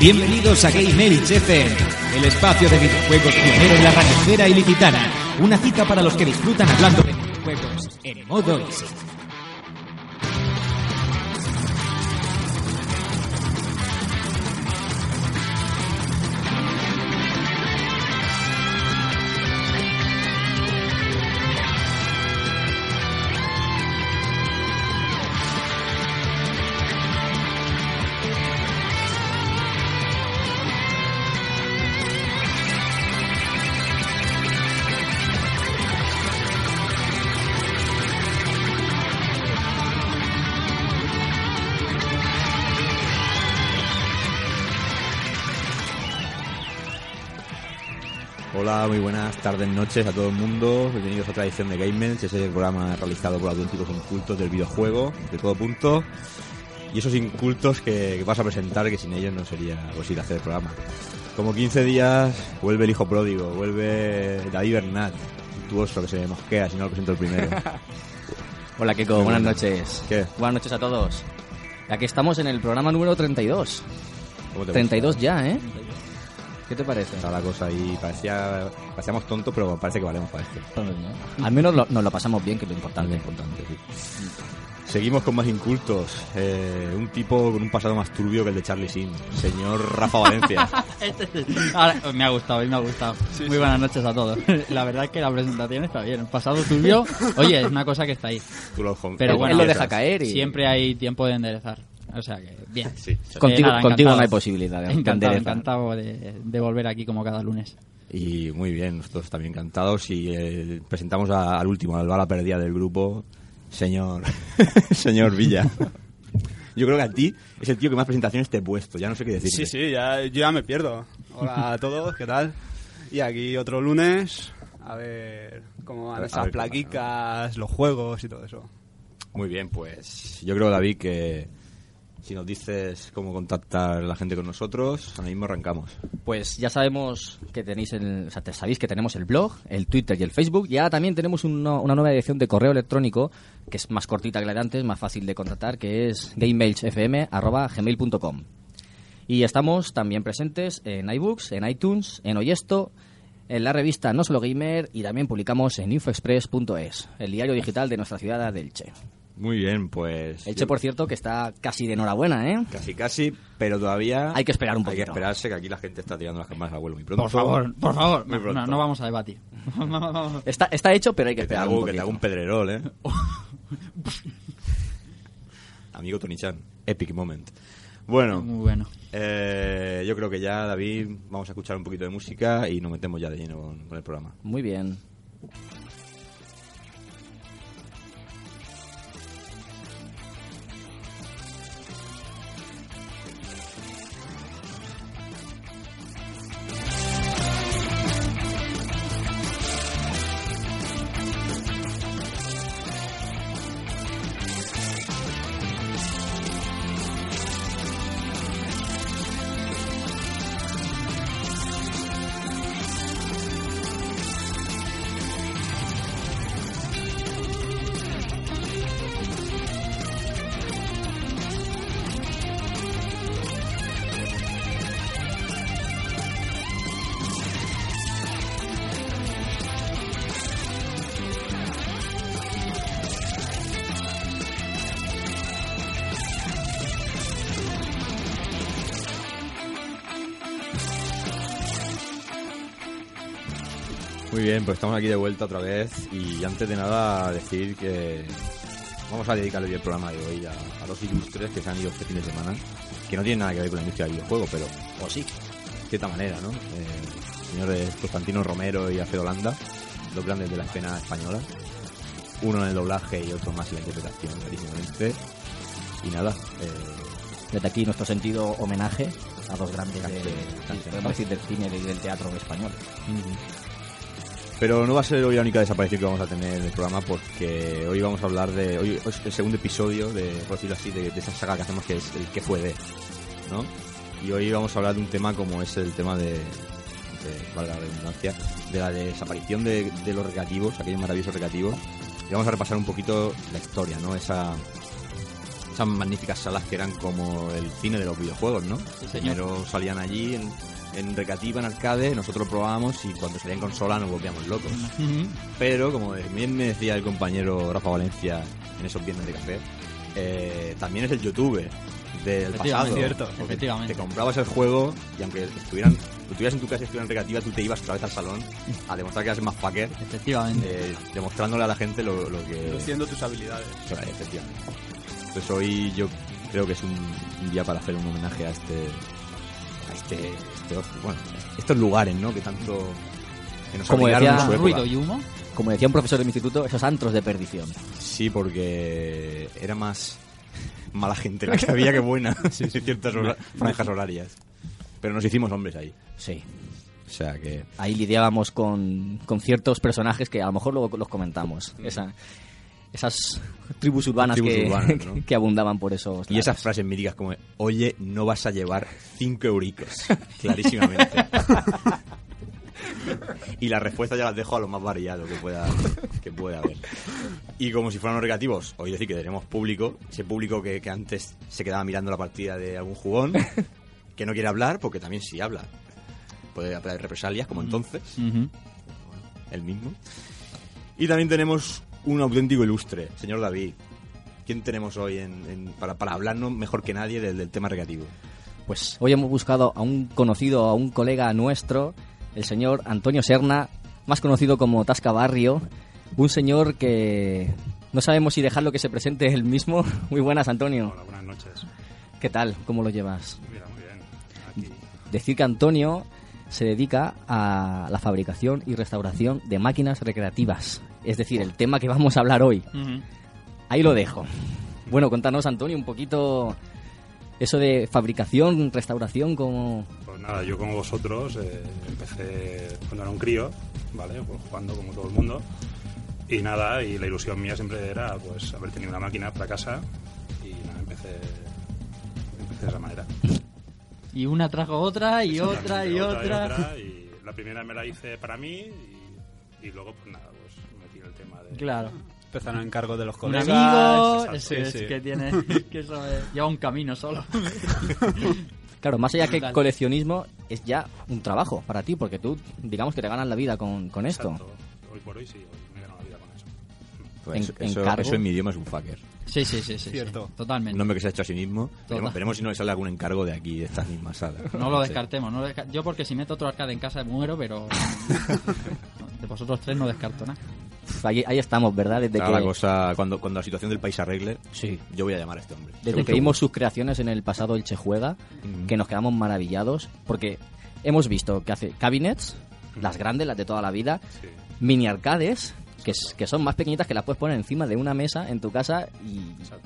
Bienvenidos a Game Edge FM, el espacio de videojuegos primero en la ranchera ilicitana. Una cita para los que disfrutan hablando de videojuegos en modo easy. Hola, muy buenas tardes, noches a todo el mundo. Bienvenidos a otra edición de Gamers, ese programa realizado por auténticos incultos del videojuego, de todo punto. Y esos incultos que, que vas a presentar, que sin ellos no sería posible hacer el programa. Como 15 días, vuelve el hijo pródigo, vuelve David Bernat, virtuoso que se mosquea si no lo presento el primero. Hola Keko, buenas noches. ¿Qué? Buenas noches a todos. Aquí estamos en el programa número 32. ¿Cómo te 32 ya, ¿eh? ¿Qué te parece? gusta la cosa ahí? Parecía, parecíamos tontos, pero parece que valemos para esto. Al menos lo- nos lo pasamos bien, que es lo importante. importante, sí. Seguimos con más incultos. Eh, un tipo con un pasado más turbio que el de Charlie Sin. Señor Rafa Valencia. Este Ahora, oh, me ha gustado, hoy me ha gustado. Muy buenas noches a todos. La verdad es que la presentación está bien. El pasado turbio, oye, es una cosa que está ahí. Tú lo jom- Pero lo bueno, Él lo confiesas. deja caer y... Siempre hay tiempo de enderezar. O sea que, bien. Sí, sí. Contigo, Eh, nada, contigo no hay encantados. posibilidad de de Encantado, enderezar. encantado de, de volver aquí como cada lunes. Y muy bien, nosotros también encantados. Y eh, presentamos a- al último, al bala perdida del grupo, señor, señor Villa. Yo creo que a ti es el tío que más presentaciones te he puesto. Ya no sé qué decir. Sí, sí, ya, yo ya me pierdo. Hola a todos, ¿qué tal? Y aquí otro lunes, a ver cómo A van ver, a esas ver qué pasa, plaquicas, los juegos y todo eso. Muy bien, pues yo creo, David, que si nos dices cómo contactar la gente con nosotros, ahora mismo arrancamos. Pues ya sabemos que tenéis el, o sea, te- sabéis que tenemos el blog, el Twitter y el Facebook. Y ahora también tenemos uno- una nueva edición de correo electrónico que es más cortita que la de antes, más fácil de contratar, que es gamemailsfm@gmail.com. Y estamos también presentes en iBooks, en iTunes, en Oyesto, en la revista No Solo Gamer y también publicamos en infoexpress.es, el diario digital de nuestra ciudad de Elche. Muy bien, pues. Elche, por cierto, que está casi de enhorabuena, ¿eh? Casi, casi, pero todavía. Hay que esperar un Hay poquito. que esperarse que aquí la gente está tirando las campanas al vuelo muy pronto. Por favor, por favor. Muy No, pronto. no, no vamos a debatir. Vamos. Está, está hecho, pero hay que Que te, esperar hago, un que te hago poquito. un pedrerol, ¿eh? Amigo Tony-chan, epic moment. Bueno, Muy bueno. eh, yo creo que ya, David, vamos a escuchar un poquito de música y nos metemos ya de lleno con- con el programa. Muy bien. Muy bien, pues estamos aquí de vuelta otra vez y antes de nada decir que Vamos a dedicarle hoy el programa de hoy a, a los ilustres que se han ido este fin de semana, que no tienen nada que ver con la industria del videojuego, pero O sí. de cierta manera, ¿no? Eh, señores Constantino Romero y Alfredo Landa, dos grandes de la escena española. Uno en el doblaje y otro más en la interpretación, clarísimamente. Y nada, eh, Desde aquí nuestro sentido homenaje a dos grandes de, Cante- cante- podemos decir del cine y del teatro español. Pero no va a ser hoy la única desaparición que vamos a tener en el programa porque hoy vamos a hablar de. Hoy es el segundo episodio de, por decirlo así, de, de esa saga que hacemos que es el que fue de. ¿No? Y hoy vamos a hablar de un tema como es el tema de. de valga la redundancia, de la desaparición de, de los recreativos, aquellos maravillosos recreativos. Y vamos a repasar un poquito la historia, ¿no? Esa, esas magníficas salas que eran como el cine de los videojuegos, ¿no? señor. Primero salían allí en, en recreativa, en arcade, nosotros lo probábamos y cuando salía en consola nos volvíamos locos. Pero, como bien me decía el compañero Rafa Valencia en esos viernes de café, eh, también es el youtuber del Efectivamente, pasado. cierto, Porque efectivamente. Te comprabas el juego y aunque estuvieran, lo tuvieras en tu casa y estuvieran en recreativa, tú te ibas otra vez al salón a demostrar que eras el más fucker, Efectivamente. eh, demostrándole a la gente lo, lo que... Luciendo tus habilidades. Claro, efectivamente. Entonces hoy yo creo que es un un día para hacer un homenaje a este. a este. este bueno, estos lugares, ¿no? Que tanto. que nos Como abrigaron decía en su época. Ruido y humo. Como decía un profesor de mi instituto, esos antros de perdición. Sí, porque era más mala gente la que había que buena en ciertas hora- franjas horarias. Pero nos hicimos hombres ahí. Sí. O sea que. Ahí lidiábamos con, con ciertos personajes que a lo mejor luego los comentamos. Esa- esas tribus urbanas, Tribus que, urbanas, ¿no? que- que abundaban por esos. Y esas lares. frases míticas como, oye, no vas a llevar 5 euricos. Clarísimamente. y las respuestas ya las dejo a lo más variado que pueda, que pueda haber. Y como si fueran los negativos, hoy decir que tenemos público, ese público que, que antes se quedaba mirando la partida de algún jugón, que no quiere hablar, porque también si habla puede haber represalias, como entonces, Ujú. el mismo. Y también tenemos un auténtico ilustre, señor David. ¿Quién tenemos hoy en- en- para, para hablarnos mejor que nadie del, del tema recreativo? Pues hoy hemos buscado a un conocido, a un colega nuestro, el señor Antonio Serna, más conocido como Tasca Barrio, un señor que no sabemos si dejarlo que se presente él mismo. Muy buenas, Antonio. Hola, buenas noches. ¿Qué tal? ¿Cómo lo llevas? Mira, muy bien. Aquí. Decir que Antonio se dedica a la fabricación y restauración de máquinas recreativas, es decir, el tema que vamos a hablar hoy. Ujú. Ahí lo dejo. Bueno, contanos, Antonio, un poquito eso de fabricación, restauración, como... Pues nada, yo como vosotros eh, empecé cuando era un crío, ¿vale? Pues jugando como todo el mundo. Y nada, y la ilusión mía siempre era pues haber tenido una máquina para casa y nada, empecé, empecé de esa manera. Y una trajo otra y otra y Exactamente, otra. y la primera me la hice para mí y, y luego pues nada, pues metí en el tema de... Claro. Empezaron encargos de los Un colegas. amigo exacto, eso sí, es, sí. que tiene que sabe- lleva un camino solo. Claro, más allá que Brutal. coleccionismo, es ya un trabajo para ti, porque tú, digamos que te ganas la vida con, con esto. Exacto. Hoy por hoy sí, hoy me he ganado la vida con eso. En- Pues eso, encargo. eso en mi idioma es un fucker. Sí, sí, sí, sí. Cierto. sí. Totalmente. Un hombre que se ha hecho a sí mismo. Veremos, Total. veremos si no le sale algún encargo de aquí, de estas mismas salas. No lo Sí. descartemos. No lo desca- Yo porque si meto otro arcade en casa muero, pero de vosotros tres no descarto nada. Ahí, ahí estamos, ¿verdad? Desde Ahora la que, cosa, cuando, cuando la situación del país se arregle, Sí. yo voy a llamar a este hombre. desde que vimos sus creaciones en el pasado El Che Juega, que nos quedamos maravillados, porque hemos visto que hace cabinets, las grandes, las de toda la vida, Sí. mini arcades, que, s- que son más pequeñitas que las puedes poner encima de una mesa en tu casa y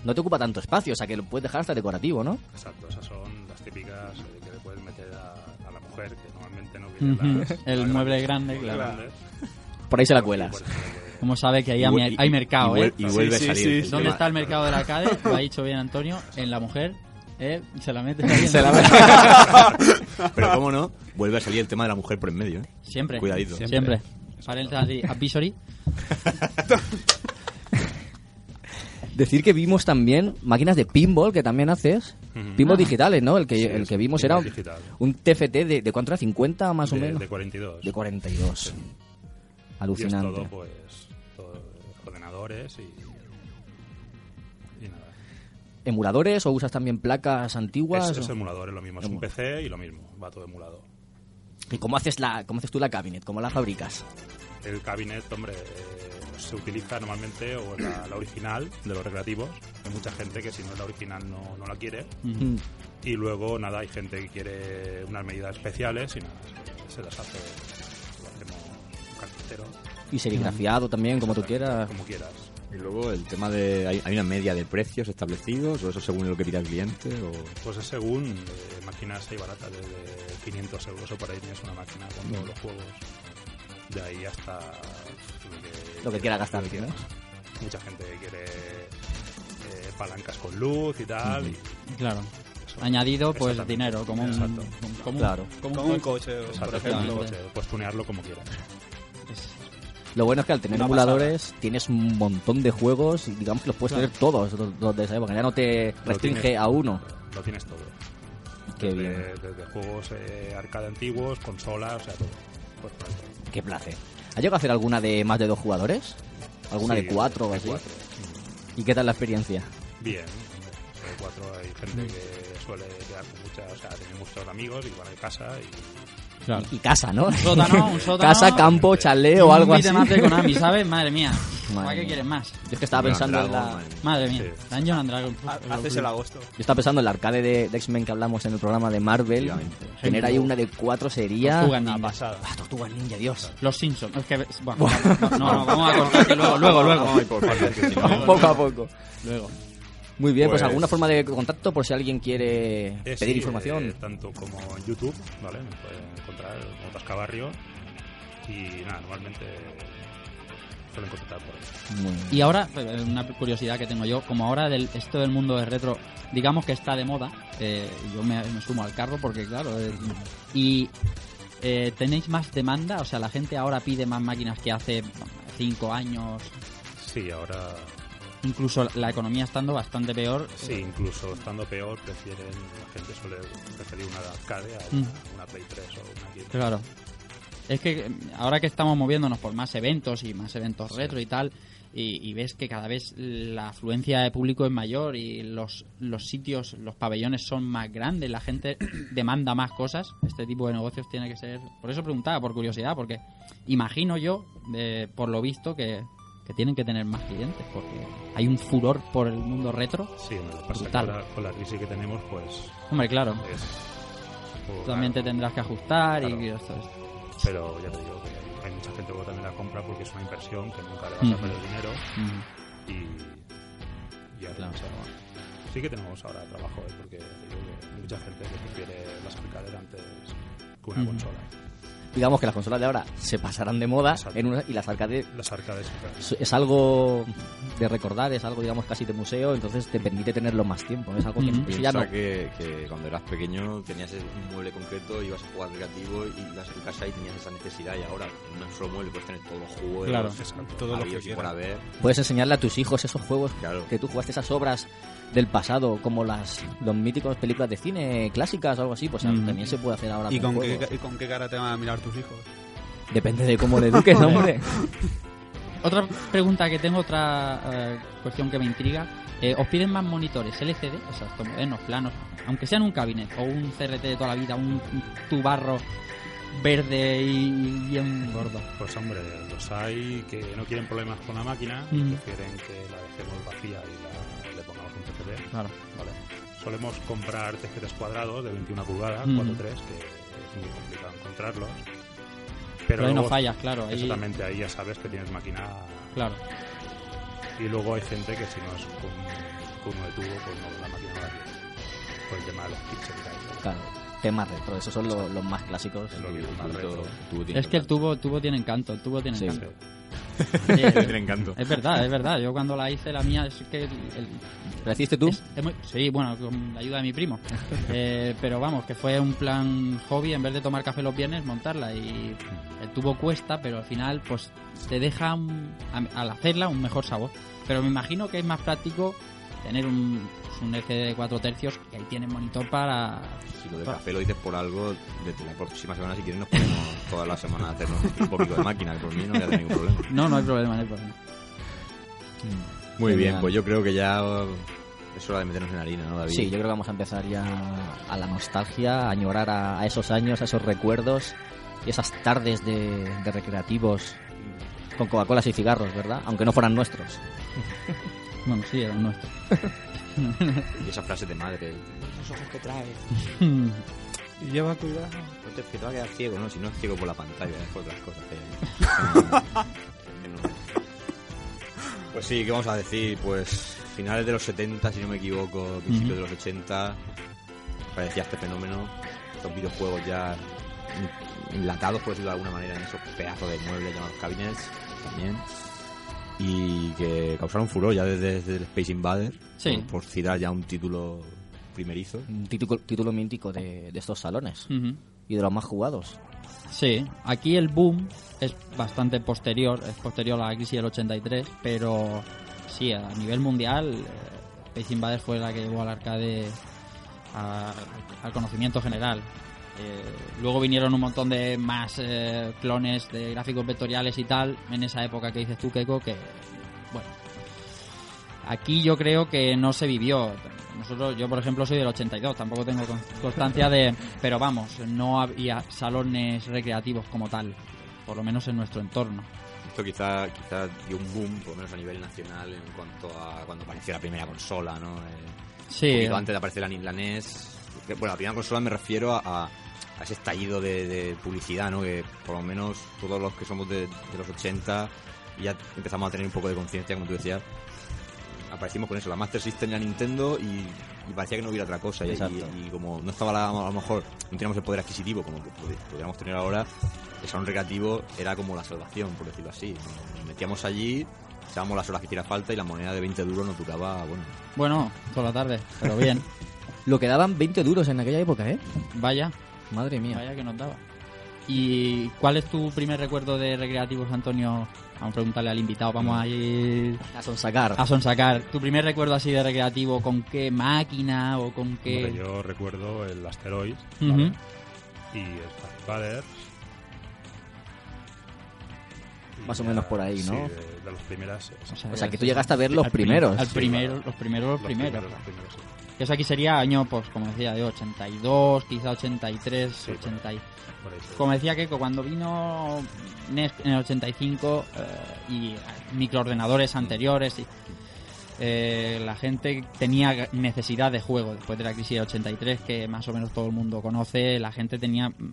no te ocupa tanto espacio, o sea que lo puedes dejar hasta decorativo, ¿no? Exacto, esas son las típicas eh, que le puedes meter a, a la mujer, que normalmente no viene Ujú. las- El las mueble grandes- grande, las claro. grandes. Por ahí se la Sí, cuelas. por eso que- Como sabe que ahí hay, vuel- hay mercado, y vuel- ¿eh? Y vuelve Sí, a salir. sí, el sí. ¿Dónde tema. está el mercado del arcade? Lo ha dicho bien Antonio. En la mujer, ¿eh? Y Se la mete. ahí en Se la- la- Pero cómo no, vuelve a salir el tema de la mujer por en medio. ¿eh? Siempre. Cuidadito. Siempre. Paréntesis, advisory. Decir que vimos también máquinas de pinball que también haces. Pinball digitales, ¿no? El que, Sí, el es que un vimos era pinball un, un digital. TFT de, de cuánto era, 50 más o de, menos. de 42. De 42. Alucinante. Y es todo, pues, todo, ordenadores y, y nada. ¿Emuladores o usas también placas antiguas? Es, em- es o- emulador, es lo mismo, es un PC y lo mismo, va todo emulado. ¿Y cómo haces, la, cómo haces tú la cabinet? ¿Cómo la fabricas? El cabinet, hombre, eh, se utiliza normalmente o la, la original de los recreativos. Hay mucha gente que si no es la original no, no la quiere. Y luego, nada, hay gente que quiere unas medidas especiales y nada, se, se las hace, lo hacemos un carpintero, Y Mm. serigrafiado también, como tú quieras. como quieras. Y luego el tema de. ¿Hay, hay una media de precios establecidos o eso según lo que pida el cliente? O... Pues es según eh, máquinas hay baratas, desde 500 euros o por ahí tienes una máquina con todos los juegos. De ahí hasta Lo que quiera gastar, lo que ¿no? quieras. Mucha gente quiere eh, palancas con luz y tal. y Claro. eso. Añadido, pues, Exactamente. dinero, como un, Exacto. como- como un- Claro. como un Como un coche. coche, o- por Exacto, ejemplo. coche, Puedes pues, eh, tunearlo como quieras. Es- Lo bueno es que al tener Una emuladores tienes un montón de juegos y digamos que los puedes Claro. tener todos los, los de esa época. Ya no te restringe tienes. a uno. Lo tienes todo. Qué desde, bien. desde juegos eh, arcade antiguos, consolas, o sea, todo. Pues, pues, Qué placer. ¿Has llegado a hacer alguna de más de dos jugadores? ¿Alguna sí, de cuatro o de así? cuatro. ¿Y qué tal la experiencia? Bien, el 4 hay Mm. gente que suele quedar con muchas, o sea, tiene muchos amigos y van a casa y Claro. Y casa, ¿no? sótano, un sótano. casa, campo, chaleo Eh, o algo Un así. beat'em up de Konami, ¿sabes? Madre mía. Madre ¿Para qué mía. quieres más? Yo es que estaba pensando en la... Dragon, Madre mía. Sí. Dungeon and Dragon. Ha- Haces el agosto. Yo estaba pensando en la arcade de, de X-Men que hablamos en el programa de Marvel. Efectivamente. Tener ahí una de cuatro sería... Tortuga Ninja. Ah, Tortuga Ninja, Dios. Los Simpsons. Es que, bueno, no, no, vamos a cortar que luego, luego, luego. Ay, por favor, que si no- poco a poco. luego. Muy bien, pues, Pues- alguna forma de contacto por si alguien quiere Eh, pedir sí, información. eh, tanto como en YouTube, ¿vale? Nos pueden encontrar como Tascabarrio y nada, normalmente suelen contactar por eso. Muy bien. Y ahora, eh, una curiosidad que tengo yo, como ahora del, esto del mundo de retro, digamos que está de moda, eh, yo me, me sumo al carro porque, claro, eh, y eh, tenéis más demanda, o sea, la gente ahora pide más máquinas que hace cinco años, Sí, ahora incluso la economía estando bastante peor. sí, incluso estando peor prefieren la gente suele preferir una arcade a Mm. una, una Play 3 o una Game. Claro. Es que eh, ahora que estamos moviéndonos por más eventos y más eventos retro y tal, y, y ves que cada vez la afluencia de público es mayor y los, los sitios, los pabellones son más grandes, la gente demanda más cosas, este tipo de negocios tiene que ser... Por eso preguntaba, por curiosidad, porque imagino yo, eh, por lo visto, que, que tienen que tener más clientes, porque hay un furor por el mundo retro. Sí, no, lo que pasa es que Brutal. con la, con la crisis que tenemos, pues Hombre, claro, es tú pues, también te tendrás que ajustar y Claro. esto- esto. pero ya te digo que hay mucha gente que luego también la compra porque es una inversión que nunca le vas a perder dinero Mm. y, y ahora, Claro. o sea, sí que tenemos ahora trabajo ¿eh? porque te digo que hay mucha gente que prefiere las arcades antes que una Ujú. consola Digamos que las consolas de ahora se pasarán de moda Exacto. en una- y las arcades las arcades claro, es- es algo de recordar, es algo digamos casi de museo, entonces te permite tenerlo más tiempo, es algo que Ujú. eso ya Piensa no. que, que cuando eras pequeño tenías un mueble concreto, ibas a jugar recreativo y ibas a tu casa y tenías esa necesidad y ahora en un solo mueble puedes tener todos los juegos, Claro. Todo lo que habidos y por quieras. haber. Puedes enseñarle a tus hijos esos juegos Claro. que tú jugaste, esas obras del pasado, como las los míticos películas de cine clásicas o algo así, pues Ujú. también se puede hacer ahora ¿Y con con qué, juegos. y con qué cara te van a mirar tus hijos? Depende de cómo le eduques, hombre. Otra pregunta que tengo, otra eh, cuestión que me intriga. Eh, ¿Os piden más monitores LCD, o sea, estos modernos, planos, aunque sean un cabinet o un CRT de toda la vida, un tubarro verde y bien gordo? pues hombre los hay que no quieren problemas con la máquina y Ujú. prefieren que la dejemos vacía y la- le pongamos un TCT Claro. Vale. Solemos comprar TGTs cuadrados de 21 pulgadas, Mm. 4.3, que es muy complicado encontrarlos. Pero ahí no luego- fallas, claro. Ahí, Exactamente, ahí ya sabes que tienes máquina. Claro. Y luego hay gente que si no es con, con uno de tubo, pues no, la máquina no la tiene. Por el tema de los kits y tal. Claro, temas retro, esos son lo- los más clásicos. Es lo que Un más adulto, reto. tú tienes Es que el tubo, el tubo tiene encanto, el tubo tiene Sí. encanto. que Eh, tener encanto. es verdad, es verdad. Yo cuando la hice, la mía, es que el- el- ¿La hiciste tú? Es- es muy- sí, bueno, con la ayuda de mi primo. Eh, pero vamos, que fue un plan hobby, en vez de tomar café los viernes, montarla. Y el tubo cuesta, pero al final, pues te deja un- a- al hacerla un mejor sabor. Pero me imagino que es más práctico tener un, pues, un LCD de 4 tercios y ahí tienes monitor para. Si lo de Ah. para- café lo dices por algo, desde la próxima semana, si quieres, nos ponemos toda la semana a hacernos un poquito de máquina, que por mí no voy a tener ningún problema. No, no hay problema, no hay problema. Muy Genial. bien, pues yo creo que ya es hora de meternos en harina, ¿no, David? Sí, yo creo que vamos a empezar ya a la nostalgia, a añorar a, a esos años, a esos recuerdos y esas tardes de, de recreativos. con Coca-Colas y cigarros, ¿verdad? Aunque no fueran nuestros. Bueno, sí, era nuestro. Y esa frase de madre. Los ojos que traes. Y lleva cuidado. No te, que te va a quedar ciego, ¿no? Si no es ciego por la pantalla, es por otras cosas que hay ahí. Que no- Pues sí, ¿qué vamos a decir? Pues finales de los 70, si no me equivoco, principios de los 80, parecía este fenómeno, estos videojuegos ya en- enlatados, por decirlo de alguna manera, en esos pedazos de muebles llamados cabinets también, y que causaron furor ya desde, desde el Space Invader, Sí. por, por citar ya un título primerizo. Un título, título mítico de, de estos salones Ujú. y de los más jugados. Sí, aquí el boom es bastante posterior, es posterior a la crisis del 83, pero sí, a nivel mundial, eh, Space Invaders fue la que llevó al arcade a- al conocimiento general. Eh, luego vinieron un montón de más eh, clones de gráficos vectoriales y tal, en esa época que dices tú, Keiko, que, bueno, aquí yo creo que no se vivió. Nosotros, yo por ejemplo soy del 82, tampoco tengo con- constancia de, pero vamos, no había salones recreativos como tal, por lo menos en nuestro entorno. Esto quizá, quizá dio un boom, por lo menos a nivel nacional, en cuanto a cuando apareció la primera consola, ¿no? Eh, un Sí, poquito antes de aparecer la, Ni- la NES. que, bueno, la primera consola me refiero a, a- a ese estallido de, de publicidad, ¿no? Que por lo menos todos los que somos de, de los 80 ya empezamos a tener un poco de conciencia, como tú decías. Aparecimos con eso, la Master System y la Nintendo y, y parecía que no hubiera otra cosa. Y, Exacto. y- y como no estaba la- a lo mejor, no teníamos el poder adquisitivo como pudi- pudiéramos tener ahora, el salón recreativo era como la salvación, por decirlo así. Nos metíamos allí, echábamos las horas que hiciera falta y la moneda de 20 duros nos duraba, bueno, bueno, toda la tarde, pero bien. Lo que daban 20 duros en aquella época, ¿eh? Vaya, Madre mía. vaya que nos daba. ¿Y cuál es tu primer recuerdo de recreativos, Antonio? Vamos a preguntarle al invitado, vamos a ir A sonsacar. a sonsacar. ¿Tu primer recuerdo así de recreativo con qué máquina o con Hombre, qué...? yo recuerdo el Asteroid Eh, Ujú. ¿vale? y el Space Invaders. Y Más o ya- menos por ahí, ¿no? Sí, de, de las primeras. sí, sí. O sea, que tú llegaste a ver los Al prim- primeros. al primero, claro. los primeros, los Los primeros. los primeros, sí. Que Eso aquí sería año, pues como decía, de 82, quizá 83, Sí, 80. y- Por ahí, sí. Como decía Keiko, cuando vino NES en el 85 eh, y microordenadores anteriores, y, eh, la gente tenía g- necesidad de juego. Después de la crisis del 83, que más o menos todo el mundo conoce, la gente tenía mm,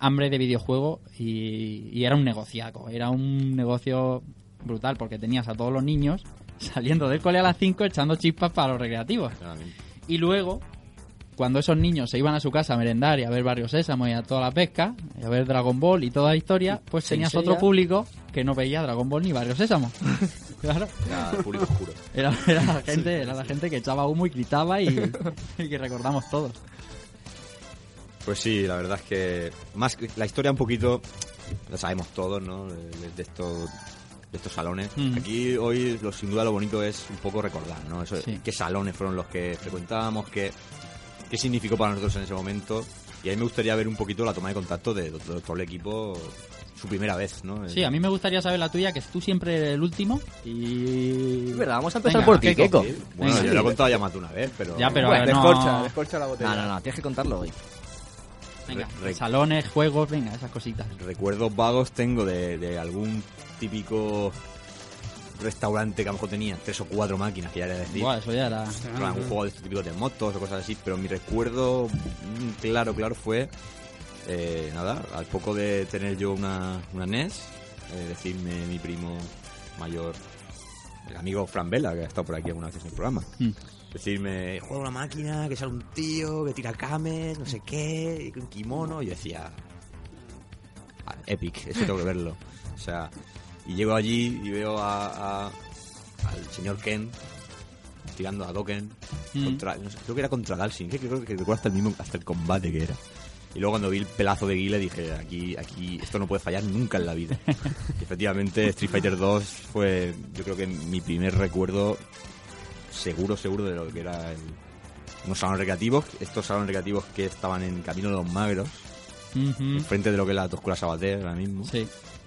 hambre de videojuego y, y era un negociaco. Era un negocio brutal porque tenías a todos los niños saliendo del cole a las 5 echando chispas para los recreativos. claramente. Y luego, cuando esos niños se iban a su casa a merendar y a ver Barrio Sésamo y a toda la pesca, y a ver Dragon Ball y toda la historia, pues tenías sería? otro público que no veía Dragon Ball ni Barrio Sésamo. claro. Era el público oscuro. Era, era la gente, era la gente que echaba humo y gritaba y, y que recordamos todos. Pues sí, la verdad es que más que- la historia un poquito la sabemos todos, ¿no? De, de estos de estos salones. Mm. Aquí hoy lo, sin duda lo bonito es un poco recordar, ¿no? Eso, Sí. qué salones fueron los que frecuentábamos, qué qué significó para nosotros en ese momento. Y a mí me gustaría ver un poquito la toma de contacto de, de todo el equipo su primera vez, ¿no? Sí, a mí me gustaría saber la tuya, que es tú siempre el último y... Es verdad, vamos a empezar Venga, por ti, Keiko. Bueno, Venga. yo lo he contado ya más de una vez, pero Ya, pero Bueno, a ver, no- descorcha, descorcha la botella. No, no, no, tienes que contarlo hoy. Venga, Re- salones, juegos, venga, esas cositas. recuerdos vagos tengo de, de algún típico restaurante que a lo mejor tenía tres o cuatro máquinas, que ya era decir. Buah, eso ya era... Claro, algún juego de estos típicos de motos o cosas así, pero mi recuerdo mm, claro, claro fue, eh, nada, al poco de tener yo una, una NES, eh, decirme mi primo mayor, el amigo Fran Vela, que ha estado por aquí alguna vez en el programa, Mm. decirme, juega una máquina, que sale un tío, que tira cames, no sé qué, y un kimono, y yo decía, "Ah, epic, eso tengo que verlo. O sea, y llego allí y veo a- a- al señor Ken tirando a Dokken. Mm. Contra, no sé, creo que era contra Dalsin, que creo que recuerdo hasta el mismo hasta el combate que era. Y luego cuando vi el pelazo de Guile dije, aquí, aquí, esto no puede fallar nunca en la vida. y efectivamente Street Fighter 2 fue, yo creo que mi primer recuerdo seguro, seguro de lo que era el, unos salones recreativos, estos salones recreativos que estaban en Camino de los Magros, Ujú. enfrente de lo que es la Toscura Sabater ahora mismo. Sí.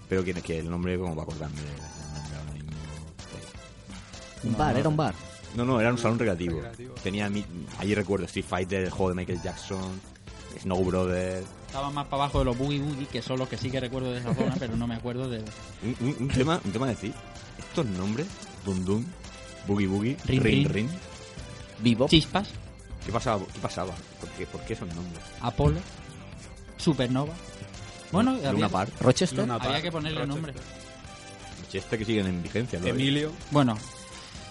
Pero que, que el nombre, como va a acordarme, del nombre ahora mismo. eh, Un bar, era un bar. No, no, era un salón recreativo. Recreativo. Tenía mi- ahí recuerdo Street Fighter, el juego de Michael Jackson, Snow Brothers. Estaba más para abajo de los Boogie Boogie, que son los que sí que recuerdo de esa zona, pero no me acuerdo de Un, un- un tema, un tema de decir, estos nombres, Dum Dum, Boogie Boogie, Rin Rin Rin, Rin. Vivo. Chispas, ¿Qué pasaba? ¿Qué pasaba? ¿Por qué, por qué esos nombres? Apolo, Supernova. Bueno, Luna había, Park, Rochester. Luna había Park, que ponerle nombre. Chester que siguen en vigencia. ¿no? Emilio. Bueno,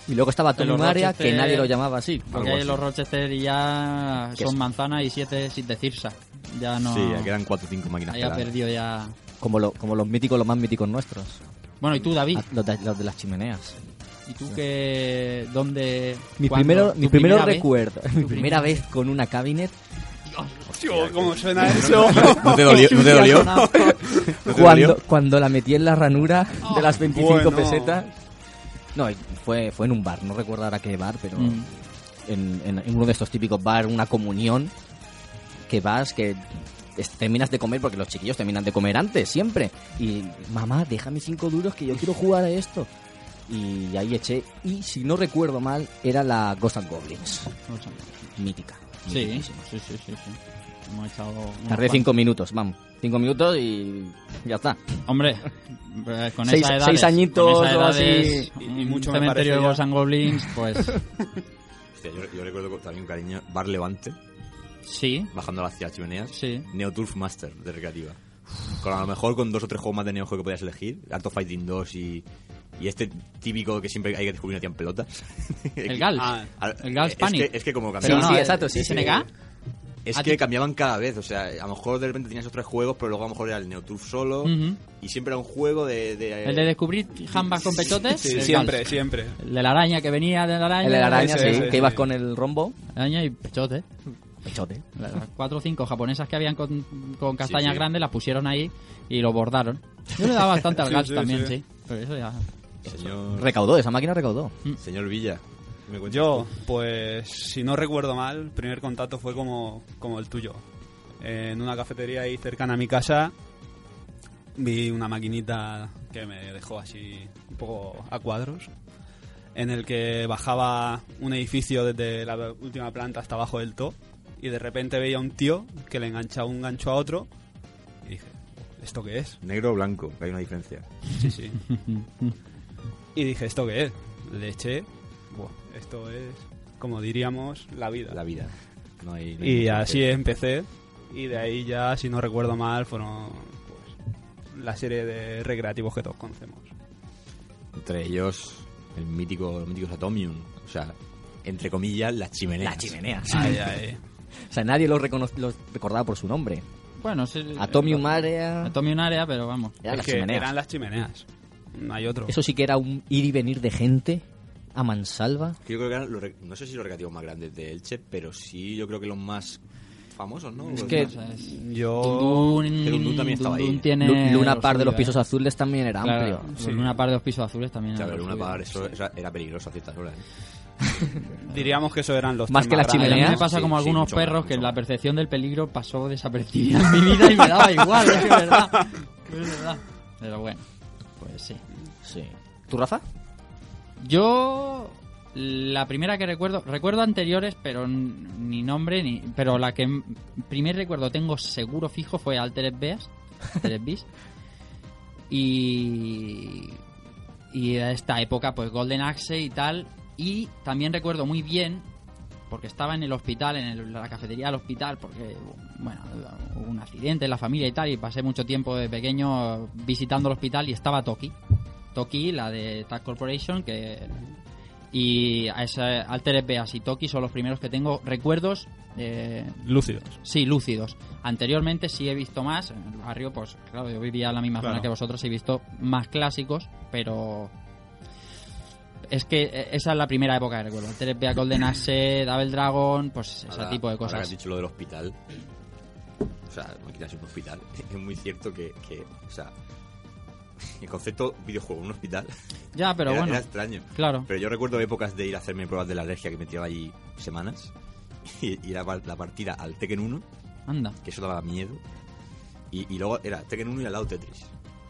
Y luego estaba Tony los Marea, Rochester- que nadie lo llamaba así. porque Algo así. los Rochester ya Que son es- manzanas y siete sin decir sa. Ya no. Sí, ya quedan 4 o 5 máquinas. ahí ha peladas. perdido ya. Como, lo- como los míticos, los más míticos nuestros. Bueno, y tú, David, Ah, Los de, los de las chimeneas. ¿y tú qué. ¿Dónde.? Mis cuándo? primeros ¿Tu mi primero primera vez? recuerdo. Mi primera primera- vez con una cabinet. Tío, ¿cómo suena eso? ¿No te dolió? ¿No te dolió? ¿No te cuando, dolió? cuando la metí en la ranura de las 25 bueno. pesetas. No, y fue, fue en un bar, no recuerdo ahora qué bar, pero Mm. en, en- en uno de estos típicos bar, una comunión, que vas, que es- terminas de comer, porque los chiquillos terminan de comer antes, siempre. Y mamá, déjame cinco duros que yo quiero jugar a esto. Y ahí eché, y si no recuerdo mal, era la Ghost and Goblins, No sé. mítica. Sí, mitiquísima. sí, sí, sí, sí. Hemos echado. unos Tardé cuantos. cinco minutos, vamos. Cinco minutos y ya está. Hombre, eh, con Seis- esa edad. seis añitos o así. Y- y mucho un me cementerio de parece Ghosts and Goblins, pues Hostia, yo, yo recuerdo con- también un cariño Bar Levante, sí, bajando hacia chimeneas. sí. Neo Turf Master de recreativa. Con a lo mejor con dos o tres juegos más de Neo Geo que podías elegir. Art of Fighting 2 y, y este típico que siempre hay que descubrir en pelotas. El Gals. Ah, Al- el Gals es Panic. que- es que como Pero cambiaban. no, Ah, sí, exacto, sí, sí. SNK. Es ¿A que ti- cambiaban cada vez, o sea, a lo mejor de repente tenías otros juegos, pero luego a lo mejor era el Neoturf solo, Ujú. y siempre era un juego de... de- El de descubrir jambas con pechotes. el Eh, Sí, Gals. siempre, siempre. El de la araña que venía de la araña. El de la araña, Ese, sí, ese, que ibas sí. con el rombo. Araña y pechote. Pechote. Las cuatro o cinco japonesas que habían con, con castañas Sí, sí. grandes las pusieron ahí y lo bordaron. Yo le daba bastante al Sí, Gals sí, también, sí. sí. Pero eso ya. Señor, Recaudó, esa máquina recaudó. señor Villa, ¿qué me cuentas? Yo, pues, si no recuerdo mal, el primer contacto fue como, como el tuyo. En una cafetería ahí cercana a mi casa vi una maquinita que me dejó así un poco a cuadros, en el que bajaba un edificio desde la última planta hasta abajo del top y de repente veía un tío que le enganchaba un gancho a otro y dije, ¿esto qué es? Negro o blanco, que hay una diferencia. Sí, sí. Y dije, ¿esto qué es? Le eché. Buah, esto es, como diríamos, la vida. La vida. No hay, no hay y mucho así que- empecé. Y de ahí ya, si no recuerdo mal, fueron pues, la serie de recreativos que todos conocemos. Entre ellos, el mítico, los míticos Atomium, o sea, entre comillas, las chimeneas. Ay, ay. O sea, nadie los, recono- los recordaba por su nombre. Bueno, sí. Atomium Marea. Atomium Area, pero vamos. Era Es las que chimeneas. eran las chimeneas. No hay otro. Eso sí que era un ir y venir de gente a mansalva. Que yo creo que eran, los re- no sé si los recreativos más grandes de Elche, pero sí yo creo que los más famosos, ¿no? Los Que, más- Yo. Oh, Dundun, pero Dundun también estaba ahí. tiene Lu- Luna lo Par de los suyo, pisos ¿eh? azules también era Claro, amplio. sí. Luna Par de los pisos azules también. Ya, era pero Luna lo suyo. Par, eso, eso era peligroso a ciertas horas. ¿eh? Diríamos que eso eran los. Más tres que las A mí grandes. chimeneas. me pasa Sí, como sí, algunos mucho más, perros que mucho la más. percepción del peligro pasó desapercibida en mi vida y me daba igual, es que es verdad. Es verdad. Pero bueno, pues sí. Sí. ¿Tú, Rafa? Yo la primera que recuerdo, recuerdo anteriores, pero n- ni nombre ni pero la que m- primer recuerdo tengo seguro fijo fue Altered Beast, Altered Beast. Y y a esta época pues Golden Axe y tal y también recuerdo muy bien porque estaba en el hospital, en el- la cafetería del hospital, porque, bueno, hubo un accidente en la familia y tal, y pasé mucho tiempo de pequeño visitando el hospital y estaba Toki. Toki, la de Tag Corporation, que... Y a esa Altered Beas y Toki son los primeros que tengo recuerdos eh, Lúcidos. Sí, lúcidos. Anteriormente sí he visto más. En el barrio, pues claro, yo vivía en la misma zona Claro. que vosotros. He visto más clásicos, pero. Es que eh, esa es la primera época que recuerdo. 3 Golden Axe, Double Dragon, pues ese Ahora- tipo de Ahora que has cosas. dicho lo del hospital, o sea, máquinas en un hospital, es muy cierto que, que, o sea, el concepto videojuego en un hospital Ya, pero era, bueno, era extraño. claro. Pero yo recuerdo épocas de ir a hacerme pruebas de la alergia que me tiraba allí semanas y, y la, par- la partida al Tekken 1, Anda. que eso daba miedo, y, y luego era Tekken 1 y al lado Tetris.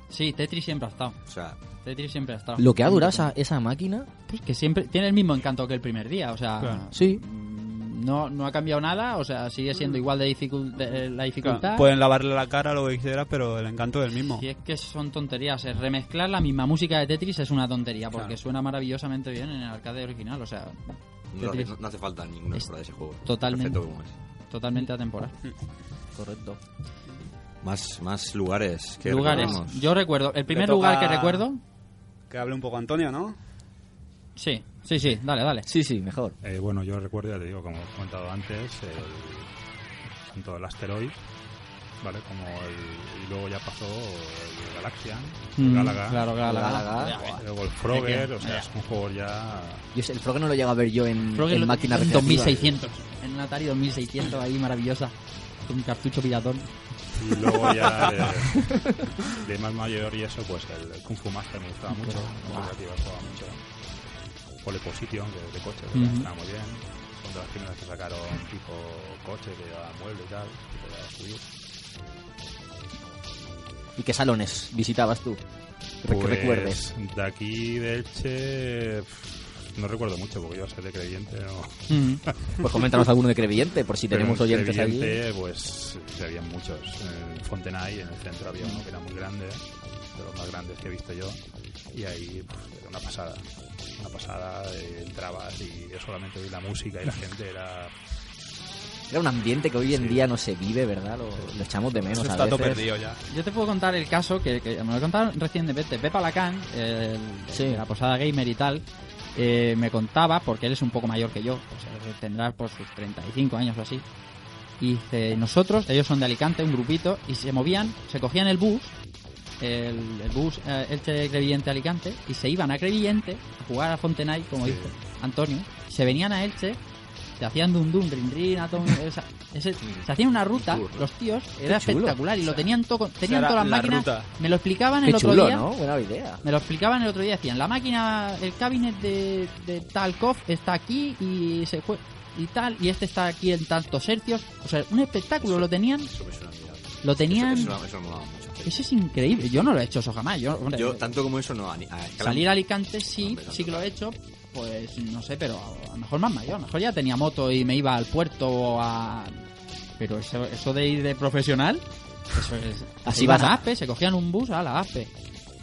Sí, Tetris siempre ha estado. O sea, Tetris siempre ha estado. Lo que ha durado esa, esa máquina. Pues que siempre tiene el mismo encanto que el primer día, o sea. Claro. Sí. mm, no, no ha cambiado nada, o sea, sigue siendo igual de, dificul- de- eh, la dificultad. Claro, pues, pueden lavarle la cara lo que quieras, pero el encanto es el mismo. Y es que son tonterías. Es remezclar la misma música de Tetris es una tontería, porque Claro. suena maravillosamente bien en el arcade original. O sea, No, hace- Tetris no hace falta ninguna Es mejora de ese juego. totalmente. Perfecto como es. totalmente atemporal. Correcto. Más, más lugares que Lugares. recordamos. Yo recuerdo, el primer toca- lugar que recuerdo. Que hable un poco Antonio, ¿no? Sí, sí, sí, dale, dale. Sí, sí, mejor. Eh, bueno, yo recuerdo, ya te digo, como he comentado antes, el- tanto el asteroid, ¿vale? Como el. Y luego ya pasó el Galaxian, el Mm, Galaga, Claro, Galaga. Galaga. Buah, luego el Frogger, Ya, o sea, ya. es un juego ya. Yo sé, el Frogger no lo llego a ver yo en, Creo que en lo- máquina en recreativa. 2600. En un Atari 2600 ahí maravillosa. Con un cartucho piratón. Y luego ya de, de más mayor y eso, pues el, el Kung Fu Master me gustaba mucho, porque aquí jugaba mucho. Pole Position, de, de coche, que Ujú. estaba muy bien. Son de las primeras que sacaron tipo coche que llevaba mueble y tal, que podía subir. ¿Y qué salones visitabas tú? Que Pues que recuerdes. De aquí, de Elche, pff, no recuerdo mucho porque yo soy de creyente. ¿no? Pues coméntanos alguno de Crevillente, por si tenemos Pero en oyentes allí. Crevillente, pues sí, había muchos. En Fontenay, en el centro, había uno que era muy grande, de los más grandes que he visto yo. Y ahí pues, era una pasada. Una pasada, eh, entrabas y yo solamente oí la música y la gente era. Era un ambiente que hoy en día no se vive, ¿verdad? Lo, lo echamos de menos Eso Pues a está todo veces. perdido ya. Yo te puedo contar el caso que, que me lo contaron recientemente. Pepa Lacan, el, Sí. de la posada gamer y tal, eh, me contaba, porque él es un poco mayor que yo, pues él tendrá por sus 35 años o así. Y dice, nosotros, ellos son de Alicante, un grupito, y se movían, se cogían el bus, el, el bus eh, Elche Crevillente Alicante, y se iban a Crevillente a jugar a Fontenay, como dice Antonio, se venían a Elche, se hacían dum dum, rin rin, atom, esa- ese- se hacían una ruta, los tíos, era Qué chulo. espectacular, y lo tenían todo, con- tenían era todas las la máquinas, ruta. me lo explicaban Qué el otro chulo, día, ¿no? Buena idea. me lo explicaban el otro día, decían, la máquina, el cabinet de, de tal cof está aquí y se jue- y tal, y este está aquí en tantos hercios, o sea, un espectáculo, lo tenían, Eso me suena mirado. lo tenían, Eso, eso, eso me molaba mucho. eso es increíble, yo no lo he hecho eso jamás, yo, hombre, Yo, tanto como eso, no. A, a escala- salir a Alicante sí, Hombre, sí que lo he hecho, pues no sé, pero a lo mejor más mayor, a lo mejor ya tenía moto y me iba al puerto o a... Pero eso, eso de ir de profesional, eso es... Así se iban vas a- a ASPE, se cogían un bus a la ASPE.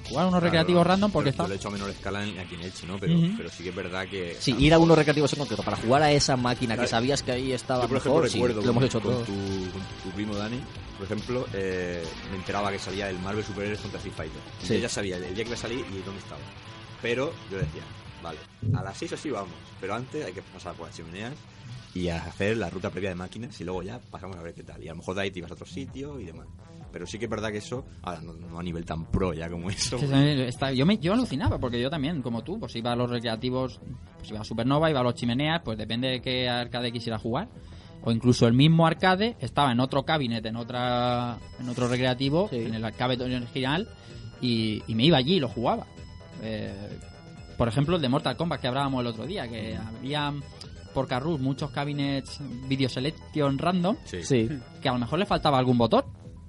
Jugar unos Claro, recreativos random porque yo- está... Yo lo he hecho a menor escala en- aquí en Elche, ¿no? Pero, Ujú. pero sí que es verdad que... Sí, ir a unos recreativos en concreto para jugar a esa máquina que Claro. sabías que ahí estaba Yo, por ejemplo, mejor. sí, recuerdo lo hemos con- hecho con, todos. Tu, con tu primo Dani, por ejemplo, eh, me enteraba que salía el Marvel Super Heroes contra Street Fighter. Entonces Sí. ya sabía el día que iba a salir y dónde estaba. Pero yo decía, vale, a las 6 así vamos, pero antes hay que pasar por las chimeneas y a hacer la ruta previa de máquinas y luego ya pasamos a ver qué tal. Y a lo mejor de ahí te ibas a otro sitio y demás. Pero sí que es verdad que eso, ahora no, no a nivel tan pro ya como eso. Sí, sí, está- yo, me, yo alucinaba, porque yo también, como tú, pues iba a los recreativos, pues iba a Supernova, iba a los chimeneas, pues depende de qué arcade quisiera jugar. O incluso el mismo arcade estaba en otro cabinet, en otra en otro recreativo, Sí. en el arcade original, y, y me iba allí y lo jugaba. Eh, por ejemplo, el de Mortal Kombat que hablábamos el otro día, que Mm. había por Carrus muchos cabinets Video Selection Random, Sí. que a lo mejor le faltaba algún botón.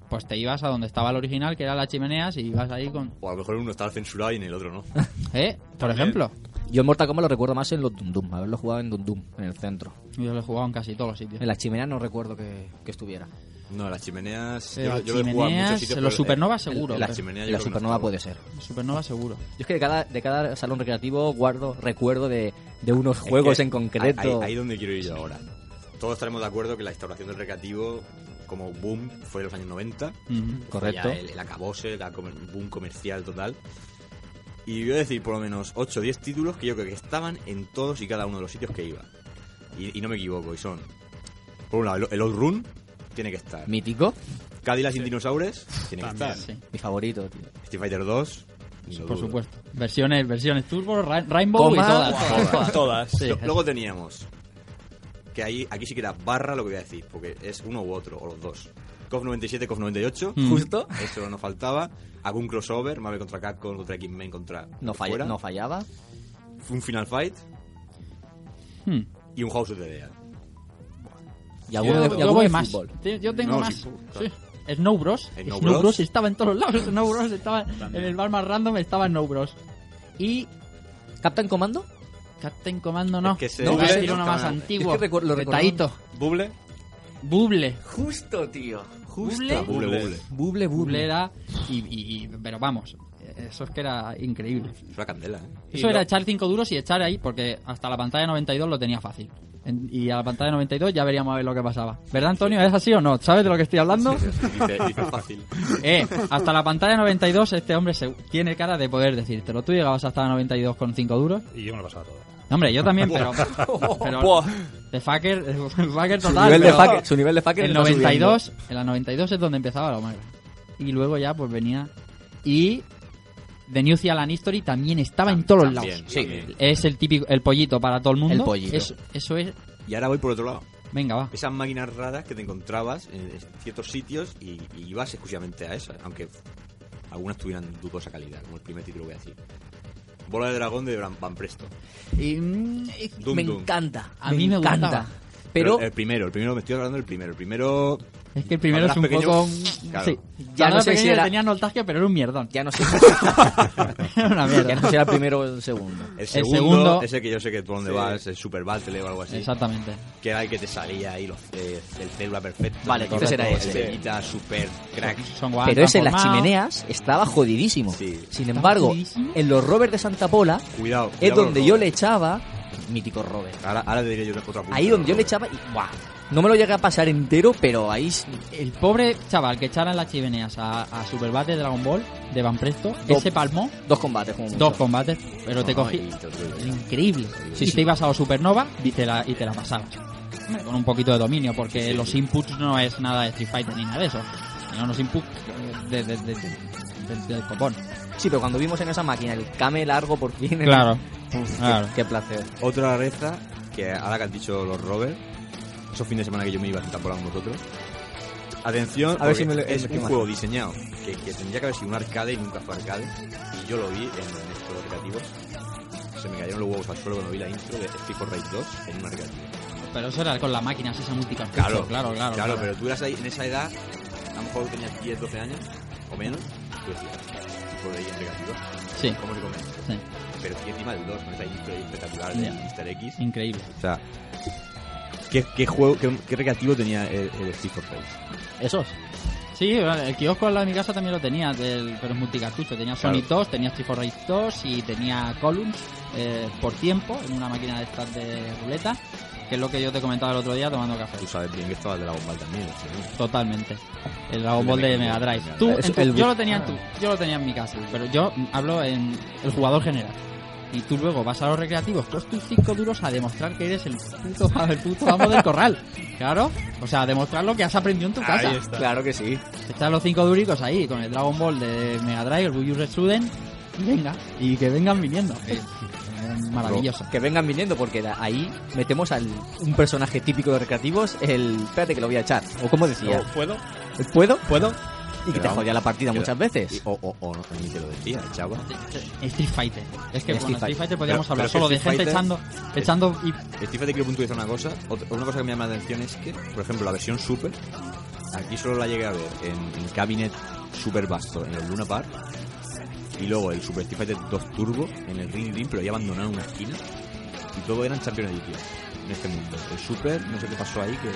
Pues te ibas a donde estaba el original, que era las chimeneas, y ibas ahí con, O a lo mejor uno estaba censurado y en el otro no. ¿Eh? Por ejemplo. Yo en Mortal Kombat lo recuerdo más en los Dundum, haberlo jugado en Dundum, en el centro. Yo lo he jugado en casi todos los sitios. En las chimeneas no recuerdo que, que estuviera. No, las chimeneas... Eh, yo- las yo lo he jugado en muchos chimeneas, sitios, en pero, los eh, Supernova seguro, en Las pero- chimeneas yo La creo que no supernova estaba. puede ser. Supernova seguro. Yo es que de cada, de cada salón recreativo guardo recuerdo de, de unos juegos que en concreto. Ahí, ahí donde quiero ir yo ahora. Todos estaremos de acuerdo que la instauración del recreativo como boom fue en los años 90. Correcto. Ya El, el acabose, el comer- boom comercial total. Y voy a decir por lo menos 8 o 10 títulos que yo creo que estaban en todos y cada uno de los sitios que iba. Y, y no me equivoco, y son... Por un lado, el, el Old Run tiene que estar. Mítico. Cadillac sin dinosaures tiene que También. estar. Sí. Mi favorito, tío. Street Fighter 2. ni lo Por dudo. supuesto. Versiones, versiones Turbo, Ra- Rainbow Coma. y todas. Todas. Todas. Sí. Pues Lo- Luego teníamos que ahí, aquí sí que era barra lo que voy a decir, porque es uno u otro, o los dos. COF 97, COF 98, Mm. Justo. eso no faltaba. Algún crossover, Marvel contra Capcom, contra X-Men, contra. No, falla- fuera. no fallaba. Un Final Fight Hmm. y un House of the Dead. Y alguno de, y yo, alguno voy de más. fútbol. Te- Yo tengo No, más. sí, Sí. Snow Bros. Snow Snow, Bros. Bros. estaba en todos lados. Snow Bros. estaba en el bar más random, estaba Snow Bros. Y ¿Captain Commando? Captain Commando no. Es que ese- Iba a Buble- decir uno más Es que antiguo. recu- lo Petadito. Buble. Buble. Justo, tío. Buble. Buble, buble. Buble, Buble buble. era. Y, y- y- pero vamos, eso es que era increíble. Es una candela, ¿eh? Eso era echar 5 duros y echar ahí, porque hasta la pantalla 92 lo tenía fácil. En- y a la pantalla 92 ya veríamos a ver lo que pasaba. ¿Verdad, Antonio? ¿Es así o no? ¿Sabes de lo que estoy hablando? Dice, dice fácil. Eh, hasta la pantalla 92 este hombre se, tiene cara de poder decírtelo. Tú llegabas hasta la 92 con 5 duros. Y yo me lo pasaba todo. No, hombre, yo también, pero... pero de fucker, de fucker total. nivel de pero fucker- su nivel de fucker El está 92, en la 92 es donde empezaba lo malo. Y luego ya pues venía... Y The New Zealand History también estaba en todos los lados. También, también. Es el típico, el pollito para todo el mundo. El pollito. Eso, eso es... Y ahora voy por otro lado. Venga, va. Esas máquinas raras que te encontrabas en en ciertos sitios y, y ibas exclusivamente a esas, aunque algunas tuvieran dudosa calidad, como el primer título que voy a decir. Bola de dragón de Bran- Van Presto. Y, mm, Dum, me dum. encanta. A mí me encanta. gustaba. Pero el primero, el primero, me estoy hablando del primero. El primero. Es que el primero es un Cuando eras poco... pequeño, claro. Sí. Ya Ya no sé si era- tenía noltaje, pero era un mierdón. ya no sé. Era una mierda. ya no sé si era el primero o el segundo. eh, El segundo, segundo- ese que yo sé que por dónde vas, el Super Battle o algo así. Exactamente. Que era el que te salía ahí los, eh, el célula perfecto. Vale, entonces era ese. Estrellita, super crack. Son guay, Pero ese en las transformado. chimeneas estaba jodidísimo. Sí. Sin embargo, jodidísimo. en los rovers de Santa Pola Cuidado. es cuidado con donde los yo le Robert. echaba. Mítico rover. Ahora, ahora te diré yo otra punta Ahí de donde yo le Robert. echaba y ¡buah! No me lo llegué a pasar entero, pero ahí s- El pobre chaval que echara en las chimeneas a, a Superbat de Dragon Ball, de Van Presto, Dos. ese palmó dos combates como mucho. dos combates, pero te No, cogí. y te otro- Increíble. Sí, y sí. te ibas a los Supernova y te la, y te la pasabas. Hombre, Con un poquito de dominio, porque los inputs no es nada de Street Fighter ni nada de eso. Sino unos inputs de, de- de- de- de- del copón. Sí, pero cuando vimos en esa máquina el came largo por fin. en- Claro, Uf, claro. Qué, qué placer. Otra rareza que ahora que han dicho los Robert, esos fines de semana que yo me iba a sentar por con vosotros. Atención, A ver porque si me lo- es me un quema. juego diseñado que, que tendría que haber sido un arcade y nunca fue arcade. Y yo lo vi en, en estos recreativos. Se me cayeron los huevos al suelo cuando vi la intro de Street for Raid 2 en un arcade. Pero eso era con las máquinas, esa música. Claro, claro, claro. claro. pero tú eras ahí en esa edad, a lo mejor tenías 10, 12 años o menos, tú decías, Street for Raid en recreativos, Sí, ¿cómo te comentas? sí. Pero aquí encima del 2, con esa intro espectacular de Mr. X. Increíble. O sea, ¿qué, qué juego, qué, qué recreativo tenía el, el Street for Rage? Esos. Sí, el kiosco al lado de mi casa también lo tenía, del, pero es multicartucho. Tenía Sonic 2, tenía Street for Rage 2 y tenía Columns eh, por tiempo en una máquina de estas de ruleta, que es lo que yo te comentaba el otro día tomando café. Tú sabes bien que estaba el de la bomba también. Totalmente. El Dragon Ball de Mega Drive. Mega Tú, Drive. en tu- El- yo lo tenía en tu, yo lo tenía en mi casa, pero yo hablo en el jugador general. Y tú luego vas a los recreativos con tus cinco duros a demostrar que eres el puto, el puto amo del corral. Claro. O sea, a demostrar lo que has aprendido en tu casa. Ahí está. Claro que sí. Están los cinco duricos ahí, con el Dragon Ball de Mega Drive, el Buyu Resuden. Y venga, y que vengan viniendo. Eh, Maravilloso. Que vengan viniendo porque da- ahí metemos al un personaje típico de recreativos, el espérate que lo voy a echar. O como decía, Yo, ¿Puedo? el puedo ¿Puedo? y que te Pero- jodía la partida muchas veces. O, o, o no, ni te lo decía, el chavo. Street Fighter. Es que Street bueno, Street Fighter. Fighter podríamos Pero- hablar pero solo de Street gente echando, Fighter- echando y Steve, te quiero puntualizar una cosa. Otra, una cosa que me llama la atención es que, por ejemplo, la versión Super, aquí solo la llegué a ver en, en Cabinet Super Vasto, en el Luna Park. Y luego el Super Street Fighter 2 Turbo en el Ring Ring, pero ya abandonado en una esquina. Y todo eran campeones de YouTube en este mundo. El Super, no sé qué pasó ahí, que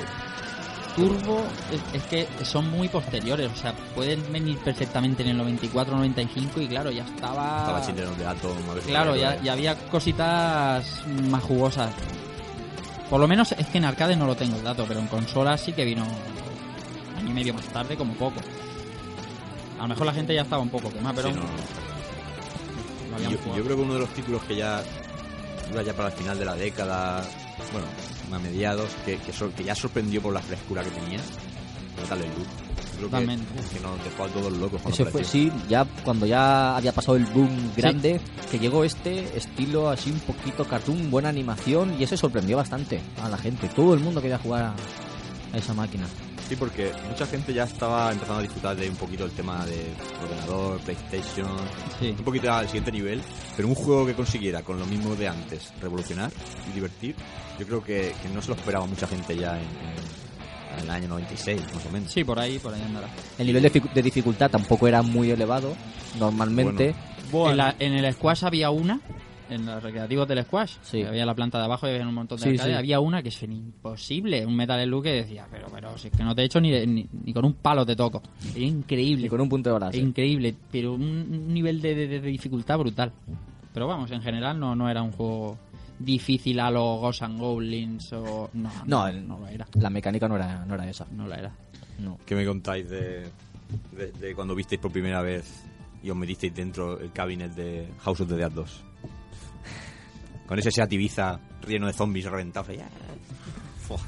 Turbo es, es que son muy posteriores, o sea, pueden venir perfectamente en el 94, 95 y claro, ya estaba... estaba Children de Atom. a ver si Ah. Claro, me ya, acuerdo. ya había cositas más jugosas. Por lo menos es que en arcade no lo tengo el dato, pero en consola sí que vino año y medio más tarde, como poco. A lo mejor la gente ya estaba un poco quemada, pero Sí, no, lo Yo, habíamos jugado. yo creo que uno de los títulos que ya iba ya para el final de la década, bueno, a mediados, que, que, sor- que ya sorprendió por la frescura que tenía, fue tal el loop. Creo Totalmente. Que, que nos dejó a todos locos. cuando Ese fue, apareció. sí, ya cuando ya había pasado el boom grande, que llegó este estilo así un poquito cartoon, buena animación, y eso sorprendió bastante a la gente. Todo el mundo quería jugar a, a esa máquina. Sí, porque mucha gente ya estaba empezando a disfrutar de un poquito el tema de ordenador, PlayStation, Sí. un poquito al siguiente nivel, pero un juego que consiguiera con lo mismo de antes revolucionar y divertir, yo creo que, que no se lo esperaba mucha gente ya en, en- en el año 96, más o menos. Sí, por ahí, por ahí andará. El nivel de, dificu- de dificultad tampoco era muy elevado, normalmente. En, la- en el Squash había una, en los recreativos del squash. Sí. Había la planta de abajo y había un montón de Sí, arcades. sí. Había una que es imposible, un Metal Slug que decía, pero, pero, si es que no te he hecho ni, de- ni, ni con un palo te toco. Era increíble. Y con un punto de bala. Ah, sí. Increíble, pero un nivel de, de- de dificultad brutal. Pero vamos, en general no, no era un juego difícil a los Ghosts and Goblins o... No, No, no, el- no lo era. La mecánica no era, no era esa. No lo era. No. ¿Qué me contáis de, de- de cuando visteis por primera vez y os metisteis dentro el cabinet de House of the Dead 2? Con ese Seat Ibiza lleno de zombies reventados. ahí, ¡ah! Fua.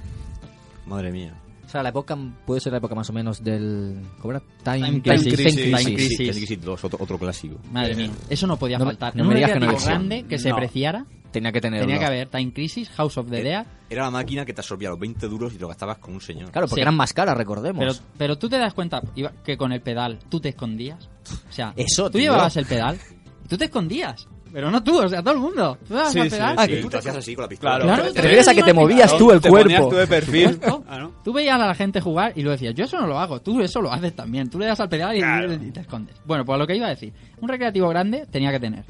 Madre mía. O sea, la época puede ser la época más o menos del. ¿Cómo era? Time, Time Crisis. Time Time Crisis. Sí, Crisis. Time Crisis 2, otro, otro clásico. Madre mía, eso no podía Eh, no me- faltar. no En me un digas que no recreativo existía. grande que se No. preciara Tenía Eh, que tener. tenía que haber Time Crisis, House of the Dead. Era la máquina que te absorbía los 20 duros y lo gastabas con un señor. Claro, porque Sí. eran más caras, recordemos. Pero, pero tú te das cuenta iba- que con el pedal tú te escondías. O sea, Eso, tú tío. llevabas el pedal y tú te escondías. Pero no tú, o sea, todo el mundo. Tú dabas Sí, al sí, pedal Ah, sí. que tú te hacías así con la pistola. Claro. Claro, Te refieres a que te movías tú el te cuerpo. Ponías tú de perfil. supuesto. Ah, ¿no? Tú veías a la gente jugar y lo decías, yo eso no lo hago, tú eso lo haces también, tú le das al pedal y, Claro. y te escondes. Bueno, pues lo que iba a decir, un recreativo grande tenía que tener,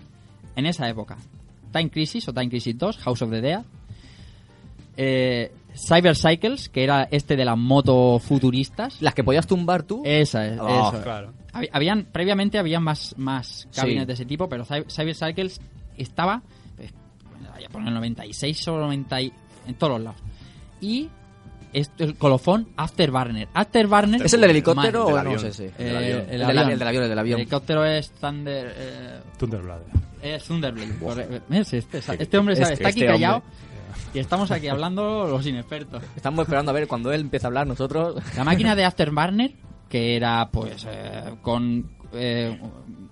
en esa época, Time Crisis o Time Crisis 2, House of the Dead, eh, Cyber Cycles, que era este de las motos futuristas. Las que podías tumbar tú. Esa es, Ah, eso es. Claro. Hab- Habían, previamente había más, más cabines Sí. de ese tipo, pero Cy- Cyber Cycles estaba, pues, vaya por el 96 o 90 y- en todos los lados. Y esto, el colofón Afterburner. Afterburner ¿Es el del helicóptero del o no avión. sé si? Eh, El, el del avión. avión, el del avión, el del El avión. helicóptero es Thunder... eh, Thunderblade. es Thunderblade. corre- ¿Ves? Este, sa- este hombre Este- sabe, está aquí este callado hombre. y estamos aquí hablando los inexpertos. Estamos esperando a ver cuando él empiece a hablar nosotros. La máquina de Afterburner, que era pues eh, con... eh,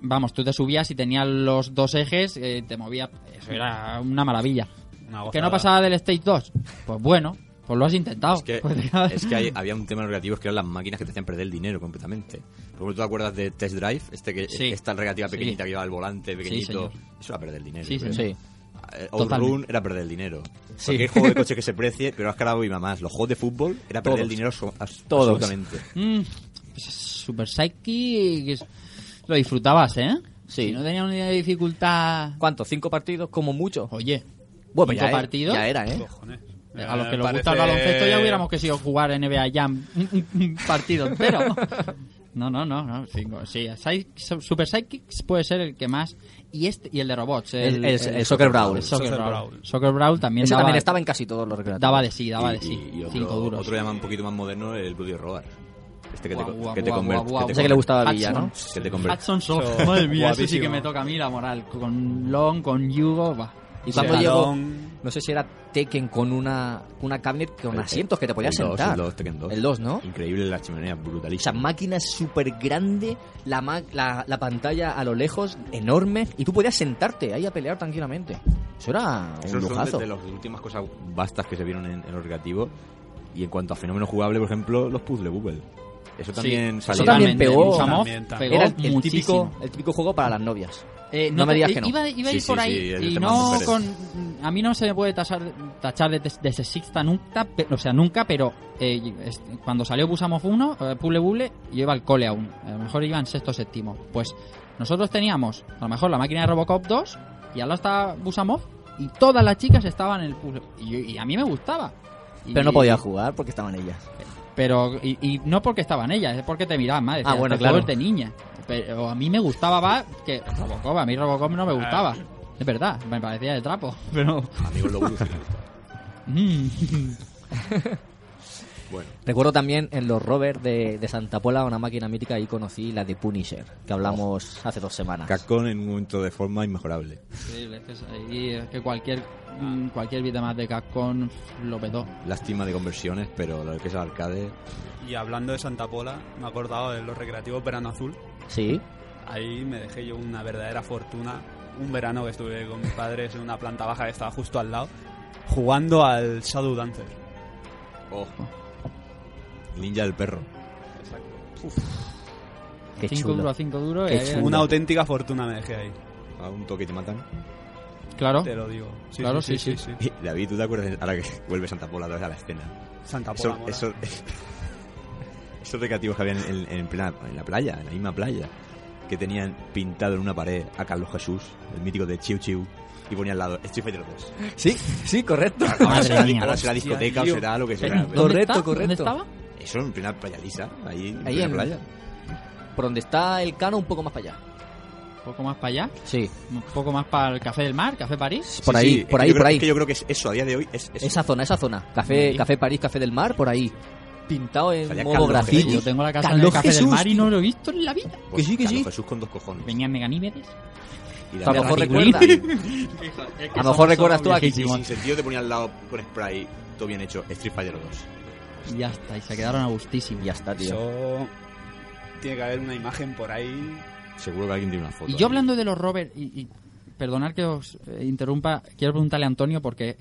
vamos, tú te subías y tenías los dos ejes, eh, te movías... Eso era una maravilla. Una ¿Que gozada. no pasaba del Stage 2? Pues bueno, pues lo has intentado. Es que, Pues- es que hay- había un tema negativo que eran las máquinas que te hacían perder el dinero completamente. Por ejemplo, ¿tú te acuerdas de Test Drive? Este que, Sí. Esta regativa Sí. pequeñita que llevaba el volante pequeñito. señor. Eso era perder el dinero. Sí, yo creo. señor. Sí. Eh, Totalmente. Outrun era perder el dinero. Cualquier juego de coche que se precie, pero has cargado y más. Los juegos de fútbol era perder Todos. el dinero so- as- Todos. absolutamente. Mm, pues es Super Psyche... que es- Lo disfrutabas, ¿eh? Sí. Si no tenía una de dificultad... ¿Cuánto? ¿Cinco partidos? Como mucho. Oye, Bueno, pues ¿cinco ya, eh, partidos? ya era, ¿eh? Cojones. A los que Eh, nos gusta el parece- baloncesto ya hubiéramos que sido jugar NBA Jam un- un un partido entero. No, no, no, no. cinco, sí, Psy- Super Psychics puede ser el que más. Y este y el de robots. El- El, el- el Soccer Brawl. el Soccer, Soccer Brawl. Brawl. Soccer Brawl también, Ese daba, también estaba en casi todos los recreativos. daba de sí, daba de Y- sí. y- y otro, cinco duros. otro ya más- un poquito más moderno, el Bloody Roar. Este que te, Guau, guau, que te guau, conver- guau, que guau. te Sé que le gustaba Ah, a Hudson. Villa, ¿no? que te conver- Hudson Soft. Madre mía, eso sí Guapísimo. que me toca a mí la moral. Con Long, con Yugo, va. Y Sí, cuando Adón. llegó, no sé si era Tekken con una, una cabinet con el- asientos que te podías el dos, sentar. el dos, Tekken dos. El 2, ¿no? Increíble la chimenea, O sea, brutalísima. máquina súper grande, la, ma- la, la pantalla a lo lejos, enorme, y tú podías sentarte ahí a pelear tranquilamente. Eso era un Esos son de, lujazo. de las últimas cosas bastas que se vieron en, en los recreativos. Y en cuanto a fenómeno jugable, por ejemplo, los puzzles Google. Eso también Sí, salió. Eso también totalmente. pegó. Musamov También, también. pegó Era el, el muchísimo. típico, el típico juego para las novias. Eh, No me te- digas que no. Iba, iba a Sí, ir sí, por sí, ahí el y tema no mujeres. con... A mí no se me puede tachar, tachar de, de sexista nunca, pe- o sea, nunca, pero eh, es- cuando salió Busamov 1, eh, Puble Buble, yo iba al cole aún. A lo mejor iba en sexto séptimo. Pues nosotros teníamos, a lo mejor, la máquina de Robocop 2 y al lado estaba Busamov y todas las chicas estaban en el puzzle. Y, yo- y a mí me gustaba. Y- Pero no podía jugar porque estaban ellas. pero y, y no porque estaban ellas, es porque te miraban más. decían, Ah, bueno, "Este juego claro. es de niña. Pero a mí me gustaba va que Robocop, a mí Robocop no me gustaba. Es verdad, me parecía de trapo, pero Amigos, lo gusta. mm, Bueno, Recuerdo también en los rovers de, de Santa Pola, una máquina mítica, ahí conocí la de Punisher, que hablamos hace dos semanas. Capcom en un momento de forma inmejorable. increíble, es que, es- y es que cualquier mm, cualquier vida más de Capcom lo petó. Lástima de conversiones, pero lo que es el arcade. Y hablando de Santa Pola, me he acordado de los recreativos Verano Azul. Sí, Ahí me dejé yo una verdadera fortuna. Un verano que estuve con mis padres en una planta baja que estaba justo al lado, jugando al Shadow Dancer. Ojo. Ninja del perro. qué 5 chulo. duros, 5 duros. Qué y ahí- chulo. Una auténtica fortuna me dejé ahí, A un toque te matan. Claro, te lo digo. Sí, Claro, sí, sí. David, ¿tú te acuerdas? Ahora que vuelve Santa Pola otra vez a la escena. Santa Pola. Eso, mola. eso, esos recreativos que habían en, en plena- en la playa, en la misma playa. que tenían pintado en una pared a Carlos Jesús, el mítico de Chiu Chiu, y ponía al lado Street Fighter 2. Sí, sí, correcto. Ahora será, mía. ahora será discoteca o tío. será lo que Espera, será. ¿dónde Correcto, está? correcto. ¿Dónde estaba? Eso en plena playa lisa, ahí en Ahí plena en- playa. Por donde está el cano, un poco más para allá. Un poco más para allá. Sí, Un poco más para el Café del Mar, Café París. por Sí, ahí, sí, es que por ahí, yo por creo- ahí. Es que yo creo que es eso a día de hoy es eso. Esa zona, esa zona. Café, Sí. café París, Café del Mar, por ahí. Pintado en Salía modo Carlos Sí, graffiti. yo tengo la casa en el Carlos Café del Jesús. Mar y no lo he visto en la vida. Pues que sí, que Carlos sí. Jesús con dos cojones. Venía Meganímedes. Y la A verdad lo mejor que- recuerda. A lo mejor recuerdas tú aquí. y sin sentido te ponía al lado con spray, todo bien hecho, Street Fighter 2. Y ya está, y se quedaron a gustísimo. Ya está, tío. Eso tiene que haber una imagen por ahí. Seguro que alguien tiene una foto. Y yo ahí. hablando de los Robert, y, y perdonad que os eh, interrumpa, quiero preguntarle a Antonio porque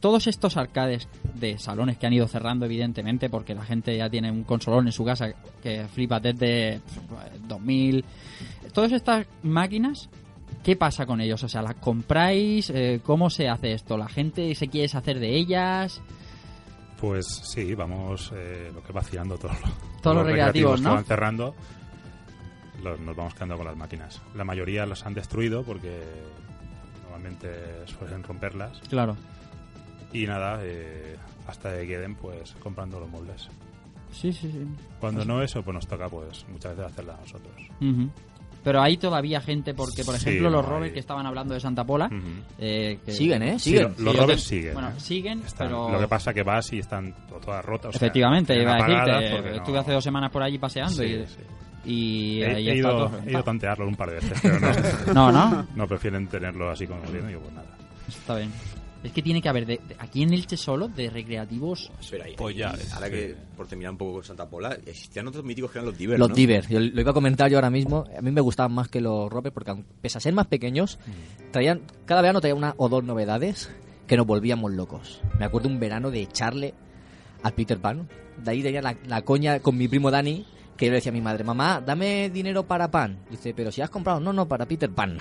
todos estos arcades de salones que han ido cerrando, evidentemente, porque la gente ya tiene un consolón en su casa que flipa desde pf, 2000. Todas estas máquinas, ¿qué pasa con ellos? O sea, ¿las compráis? Eh, ¿Cómo se hace esto? ¿La gente se quiere hacer de ellas? Pues sí, vamos eh, lo que vaciando todos los, Todos los recreativos, ¿no? que van cerrando. los- nos vamos quedando con las máquinas. La mayoría las han destruido porque normalmente suelen romperlas. Claro. Y nada, eh, hasta que queden pues comprando los muebles. Sí, sí, sí. Cuando no eso, pues nos toca pues muchas veces hacerla a nosotros. Ujú. Pero hay todavía gente, porque por Sí, ejemplo los hay. Robert que estaban hablando de Santa Pola, Ujú. eh, que- Siguen, ¿eh? Sí, Siguen. lo- los yo robes te- siguen. Bueno, ¿eh? siguen, Están- pero. Lo que pasa que vas y están to- todas rotas. o sea, efectivamente, están iba a apagadas decirte. eh, porque Estuve no- hace dos semanas por allí paseando Sí, y. sí. y He, ahí he está ido, todo- he ido a tantearlo un par de veces, pero no, No, no, no prefieren tenerlo así como viene. Yo, pues nada. está bien. Es que tiene que haber, de- de- aquí en Elche solo, de recreativos. Espera, ahí- Pues ya ahí- ves, Ahora sí. que por terminar un poco con Santa Pola, existían otros míticos que eran los divers. Los ¿no? divers, yo lo iba a comentar yo ahora mismo, a mí me gustaban más que los Robert porque aun- pese a ser más pequeños, traían cada verano traían una o dos novedades que nos volvíamos locos. Me acuerdo un verano de echarle al Peter Pan, de ahí tenía la, la coña con mi primo Dani, que yo le decía a mi madre, mamá, dame dinero para pan. Dice, pero si has comprado, no, no, para Peter Pan.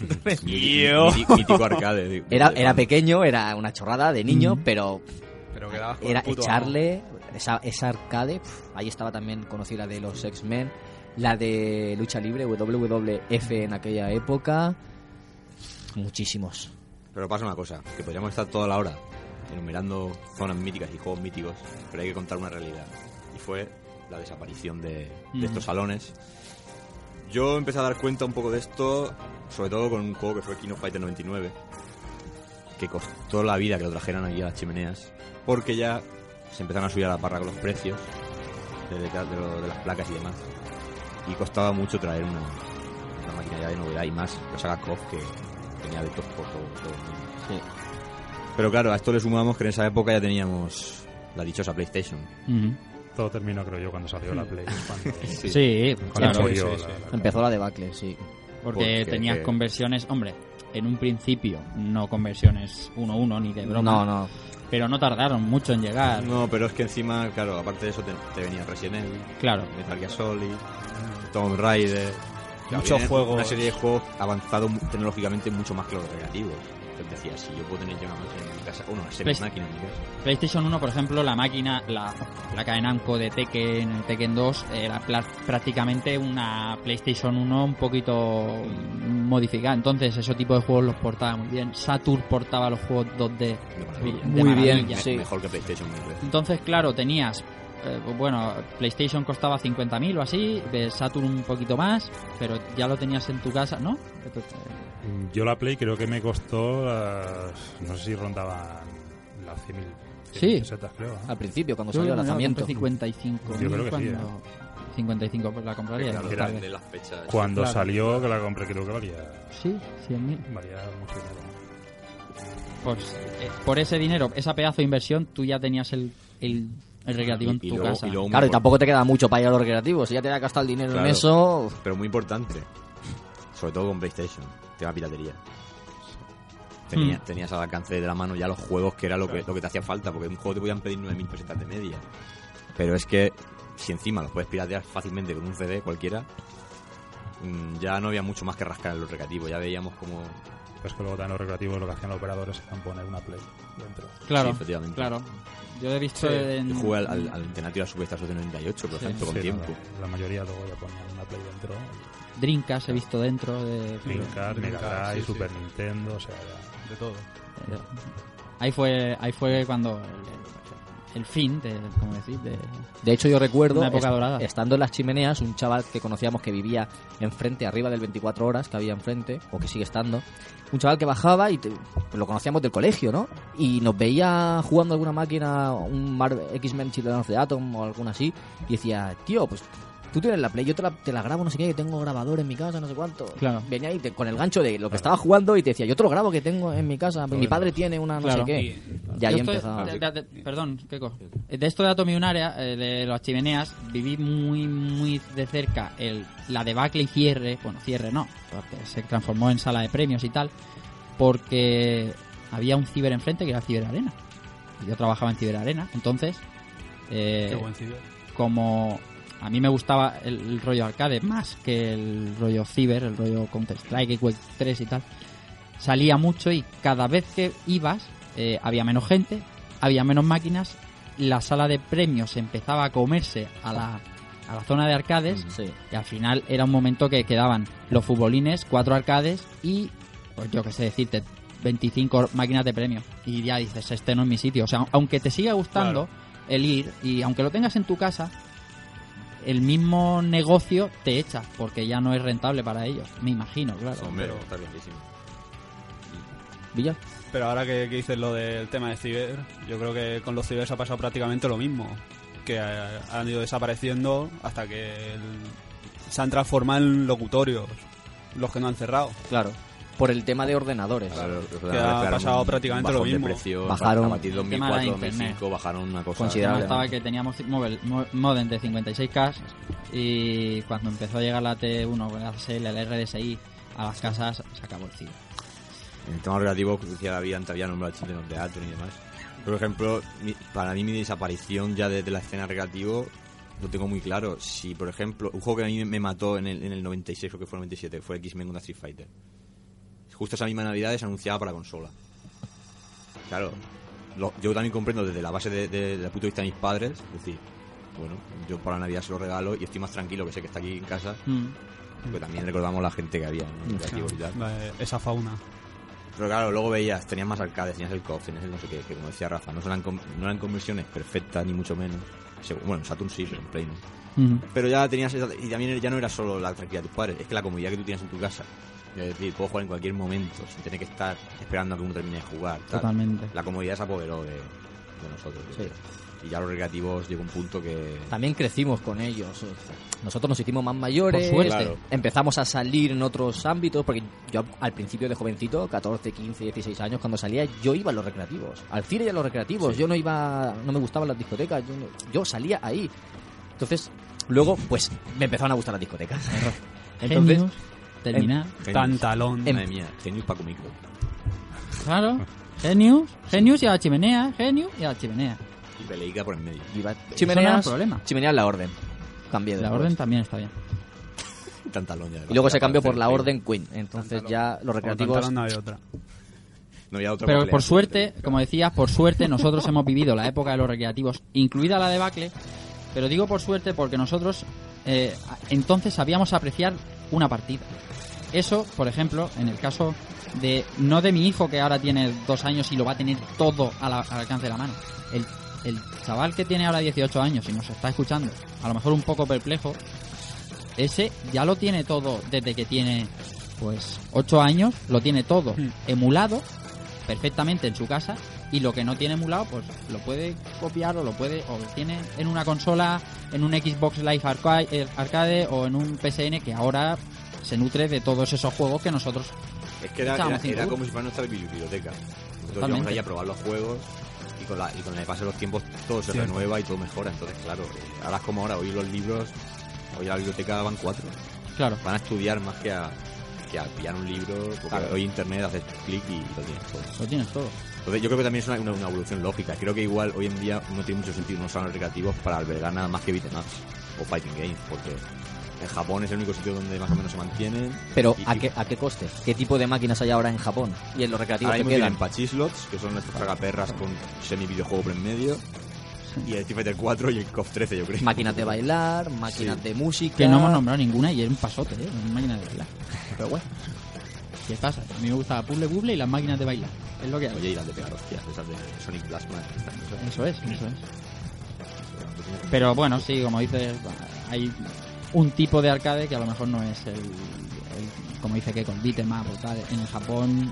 Mítico, mítico- mítico arcade. digo, Era, de- era pequeño, era una chorrada de niño, pero Pero quedabas con era el puto echarle esa, esa arcade. pf, ahí estaba también conocida de los X-Men, la de lucha libre, WWF en aquella época. Muchísimos. Pero pasa una cosa, que podríamos estar toda la hora enumerando zonas míticas y juegos míticos, pero hay que contar una realidad. Y fue la desaparición de, de Ujú. estos salones. Yo empecé a dar cuenta un poco de esto, sobre todo con un juego que fue Kino Fighter 99, que costó la vida que lo trajeran aquí a las chimeneas, porque ya se empezaron a subir a la parra con los precios de, detrás de, lo- de las placas y demás. Y costaba mucho traer una, una máquina ya de novedad y más, la saga KOF que tenía de top por todo, todo el mundo. Pero claro, a esto le sumamos que en esa época ya teníamos la dichosa PlayStation. Todo terminó, creo yo, cuando salió la Play. cuando- Sí, con el claro. sí, rollo, sí, la- sí. la- Empezó la debacle, sí. Porque Porque- tenías conversiones. Hombre, en un principio, no conversiones 1-1 ni de broma. No, no. Pero no tardaron mucho en llegar. No, pero es que encima, claro, aparte de eso te, te venía Resident Evil, Claro. Metal Gear Solid, Tomb Raider... ya Muchos viene juegos. Una serie de juegos avanzados mu- tecnológicamente mucho más que los recreativos. Entonces decía, si yo puedo tener ya una máquina en mi casa, bueno, una serie Pues- de máquinas en mi casa. PlayStation 1, por ejemplo, la máquina, la placa de Namco de Tekken, el Tekken 2, era pla- prácticamente una PlayStation 1 un poquito modificada. Entonces, ese tipo de juegos los portaba muy bien. Saturn portaba los juegos 2D de De maravilla. Muy bien, maravilla. Me- sí. Mejor que PlayStation, mil veces. Entonces, claro, tenías. eh, bueno, PlayStation costaba 50.000 o así, de Saturn un poquito más, pero ya lo tenías en tu casa, ¿no? eh, Yo la Play creo que me costó, las- no sé si rondaban las 100.000 Sí. pesetas, creo. ¿eh? Al principio, cuando salió el Yo la lanzamiento. compré 55. Yo creo que sí, ¿eh? 55, pues la compraría. Claro, tarde. de las fechas. Cuando Claro. salió, que la compré, creo que valía, Sí, 100.000. valía mucho dinero. Pues eh, por ese dinero, esa pedazo de inversión, tú ya tenías el, el, el recreativo en Y- y tu luego- casa. y luego muy Claro, y impor- tampoco te queda mucho para ir a los recreativos. Si ya te has gastado el dinero Claro. en eso. Pero muy importante, sobre todo con PlayStation, tema piratería. Tenía- Hmm. Tenías al alcance de la mano ya los juegos que era lo que, lo que te hacía falta, porque en un juego te podían pedir 9.000 pesetas de media. Pero es que si encima los puedes piratear fácilmente con un CD cualquiera, mm, ya no había mucho más que rascar en los recreativos, ya veíamos como... Pues que luego dan los recreativos lo que hacían los operadores eran poner una play dentro. Claro, Sí, efectivamente. claro. Yo he visto en... Yo jugué al, al, al Alternativa Superstar Soccer 98, por Sí. ejemplo, con Sí, tiempo. La, la mayoría luego ya ponían una play dentro. Drinkas he visto dentro de... Dreamcast, Mega Dreamcast, Drive, sí, sí. Super Nintendo, o sea, ya- de todo. Ahí fue, ahí fue cuando el- el fin, de, como decís, de... De hecho, yo recuerdo, Una época est- dorada. estando en las chimeneas, un chaval que conocíamos que vivía enfrente, arriba del 24 horas que había enfrente, o que sigue estando, un chaval que bajaba y te- pues lo conocíamos del colegio, ¿no? Y nos veía jugando alguna máquina, un Mar- X-Men Children of the Atom o alguna así, y decía, tío, pues tú tienes la Play, yo te la, te la grabo, no sé qué, yo tengo grabador en mi casa, no sé cuánto. Claro. Venía y te- con el gancho de lo que estaba jugando y te decía, yo te lo grabo que tengo en mi casa, mi padre tiene una no Claro. sé qué. Y- Y ahí Yo estoy- Ah, empezaba. Ah, de- de- de- perdón, Keiko. De esto de Atomiunaria, eh, de las chimeneas, viví muy, muy de cerca el, la debacle y cierre. Bueno, cierre no, porque se transformó en sala de premios y tal. Porque había un ciber enfrente que era Ciberarena. Y Yo trabajaba en Ciberarena, entonces. eh, Qué buen ciber. como a mí me gustaba el, el rollo arcade más que el rollo ciber, el rollo Counter Strike y Quake 3 y tal, salía mucho y cada vez que ibas eh, había menos gente, había menos máquinas, la sala de premios empezaba a comerse a la, a la zona de arcades Sí. y al final era un momento que quedaban los futbolines, cuatro arcades y, pues yo qué sé decirte, 25 máquinas de premio. Y ya dices, este no es mi sitio. O sea, aunque te siga gustando el ir y aunque lo tengas en tu casa, el mismo negocio te echa porque ya no es rentable para ellos. Me imagino, claro. Hombre, pero- está clarísimo. Villa. Pero ahora que, que dices lo del tema de ciber, yo creo que con los cibers ha pasado prácticamente lo mismo. Que eh, han ido desapareciendo hasta que el- se han transformado en locutorios, los que no han cerrado. Claro. Por el tema de ordenadores. Claro, los ordenadores Que ha pegaron pasado un prácticamente bajón lo mismo. De precio, Bajaron. A partir de El tema de 2004, Internet. 2005 bajaron una cosa Considerable. Además estaba que teníamos móvil- mo- modem de 56K y cuando empezó a llegar la T1 con la ACL, el RDSI a las casas, se acabó el ciber. En el tema relativo, decía David, antes había nombrado Chile en los teatros y demás. Por ejemplo, mi- para mí mi desaparición ya desde la escena relativo lo tengo muy claro. Si, por ejemplo, un juego que a mí me mató en el, en el 96, creo que fue el 97, fue X-Men contra Street Fighter. Justo esa misma Navidad se anunciaba para consola. Claro, lo- yo también comprendo desde la base de, de- de la punto de vista de mis padres, es decir, bueno, yo para Navidad se lo regalo y estoy más tranquilo que sé que está aquí en casa, Mm. pero también recordamos la gente que había ¿no? en el relativo y tal. Eh, Esa fauna. Pero claro, luego veías, tenías más arcades, tenías el COF, tenías el no sé qué, que como decía Rafa, no, eran, con- no eran conversiones perfectas ni mucho menos. Segu- Bueno, en Saturn sí, pero en Play no. Mm. Pero ya tenías, esa- y también ya no era solo la tranquilidad de tus padres, es que la comodidad que tú tienes en tu casa. Es decir, puedo jugar en cualquier momento, sin tener que estar esperando a que uno termine de jugar. tal. Totalmente. La comodidad se apoderó de, de nosotros. yo Sí. creo. Y ya los recreativos llegó un punto que... Em. También crecimos con ellos. Nosotros nos hicimos más mayores, este, Por suerte. Claro. empezamos a salir en otros ámbitos, porque yo al principio de jovencito, 14, 15, 16 años, cuando salía, yo iba a los recreativos, al cine y a los recreativos, yo no iba, no me gustaban las discotecas, yo, no- yo salía ahí. Entonces, luego, pues, me empezaron a gustar las discotecas. Entonces, Genius, terminar. Genius. Tantalón. Madre mía, genius Paco Micro. Claro. Genius, Genius y a la chimenea, Genius y a la chimenea. Y Peleica por en medio. iba Eso no era chimeneas, un problema. chimeneas la orden. Cambié de La nuevo. orden también está bien. Y Tantalón ya. Y luego se Ya para cambió hacer por la Play. orden Queen. Entonces ya los Por recreativos tantalón no hay otra. No había otra Pero papelera. por suerte, como decías, por suerte nosotros hemos vivido la época de los recreativos, incluida la debacle. Pero digo por suerte porque nosotros eh, entonces sabíamos apreciar una partida. Eso, por ejemplo, en el caso de no de mi hijo que ahora tiene dos años y lo va a tener todo a la- al alcance de la mano. El, el chaval que tiene ahora 18 años y nos está escuchando, a lo mejor un poco perplejo, ese ya lo tiene todo desde que tiene pues 8 años, lo tiene todo Mm. emulado perfectamente en su casa y lo que no tiene emulado pues lo puede copiar o lo puede o lo tiene en una consola, en un Xbox Live Arca- eh, Arcade o en un PSN que ahora se nutre de todos esos juegos que nosotros Es que era, Estábamos era, sin era duda. como si fuera nuestra biblioteca. Nosotros íbamos Totalmente. ahí a probar los juegos y con, la, y con el paso de los tiempos todo se Cierto. renueva y todo mejora. Entonces, claro, eh, ahora es como ahora, hoy los libros, hoy a la biblioteca van cuatro. claro Van a estudiar más que a, que a pillar un libro, porque Claro. hoy internet haces clic y lo tienes todo. lo tienes todo Entonces, yo creo que también es una, una- una evolución lógica. Creo que igual hoy en día no tiene mucho sentido unos salones recreativos para albergar nada más que beatemaps o fighting games, porque En Japón es el único sitio donde más o menos se mantienen. Pero Y- ¿a y- qué, ¿a qué coste? ¿Qué tipo de máquinas hay ahora en Japón? Y en los recreativos Ahora que mismo quedan. tienen Pachi Slots, que son estos tragaperras con semi-videojuego por en medio. Y el Street Fighter 4 y el KOF 13, yo creo. Máquinas de bailar, máquinas de música. Que no hemos nombrado ninguna y es un pasote, ¿eh? Una máquina de bailar. Pero bueno. ¿Qué pasa? A mí me gusta Puzzle Bubble y las máquinas de bailar. Es lo que hago. Oye, y las de pegar hostias, esas de Sonic Plasma. estas cosas. Eso es, eso es. Pero bueno, sí, como dices, hay un tipo de arcade que a lo mejor no es el, el- como dice que con beat'em up o tal. En Japón,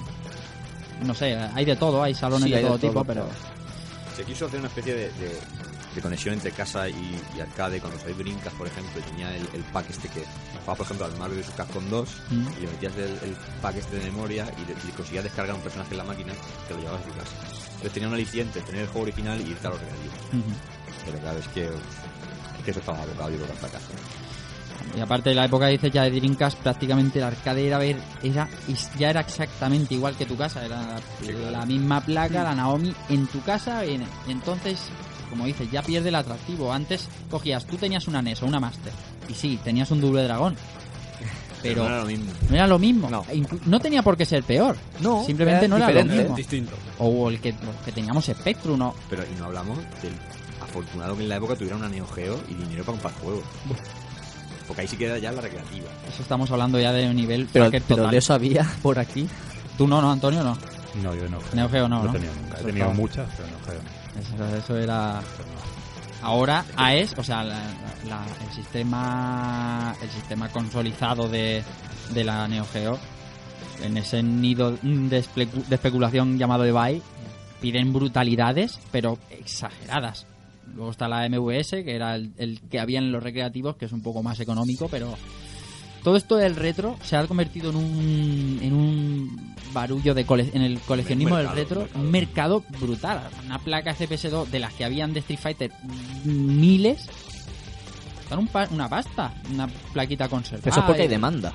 no sé, hay de todo, hay salones Sí, de hay de todo todo, tipo, pero- pero Se quiso hacer una especie de, de- de conexión entre casa y, y arcade. Cuando salió Drinkas, por ejemplo, y tenía el, el pack este que jugaba, por ejemplo, al Mario vs. Capcom 2 Mm. y le metías el, el pack este de memoria y, le- y conseguías descargar un personaje en la máquina que lo llevabas a tu casa. Entonces tenía un aliciente, tener el juego original y irte a los regalos. ujú. Pero claro, es que, es que eso estaba abocado yo creo que al fracaso. y aparte de la época dices ya de Dreamcast prácticamente el arcade era ver era ya era exactamente igual que tu casa era la misma placa la Naomi en tu casa y en- y entonces como dices ya pierde el atractivo antes cogías tú tenías una NES o una Master y sí tenías un doble dragón pero no era lo mismo. No era lo mismo. No. E inclu- No, tenía por qué ser peor. No, Simplemente era no era diferente. lo mismo. Distinto. O el que, o que teníamos Spectrum. O... Pero y no hablamos del afortunado que en la época tuviera una Neo Geo y dinero para comprar juegos. Porque ahí sí queda ya la recreativa. Eso estamos hablando ya de un nivel Pero, hacker pero total. de eso había por aquí. Tú no, no, Antonio, no. No, yo no. Neo Geo no, No ¿no? he tenido nunca. He Eso tenido estaba- muchas, pero no Geo. no. Eso, eso era... Ahora AES, o sea, la- la- el sistema el sistema consolizado de, de la Neo Geo, en ese nido de, especu- de especulación llamado eBay, piden brutalidades, pero exageradas. Luego está la MVS, que era el, el que había en los recreativos, que es un poco más económico, pero todo esto del retro se ha convertido en un, en un barullo de cole- en el coleccionismo mercado, del retro, mercado. un mercado brutal. Una placa CPS2 de las que habían de Street Fighter miles, están un pa- una pasta, una plaquita Ah, conservada. Pero eso es porque hay y- demanda.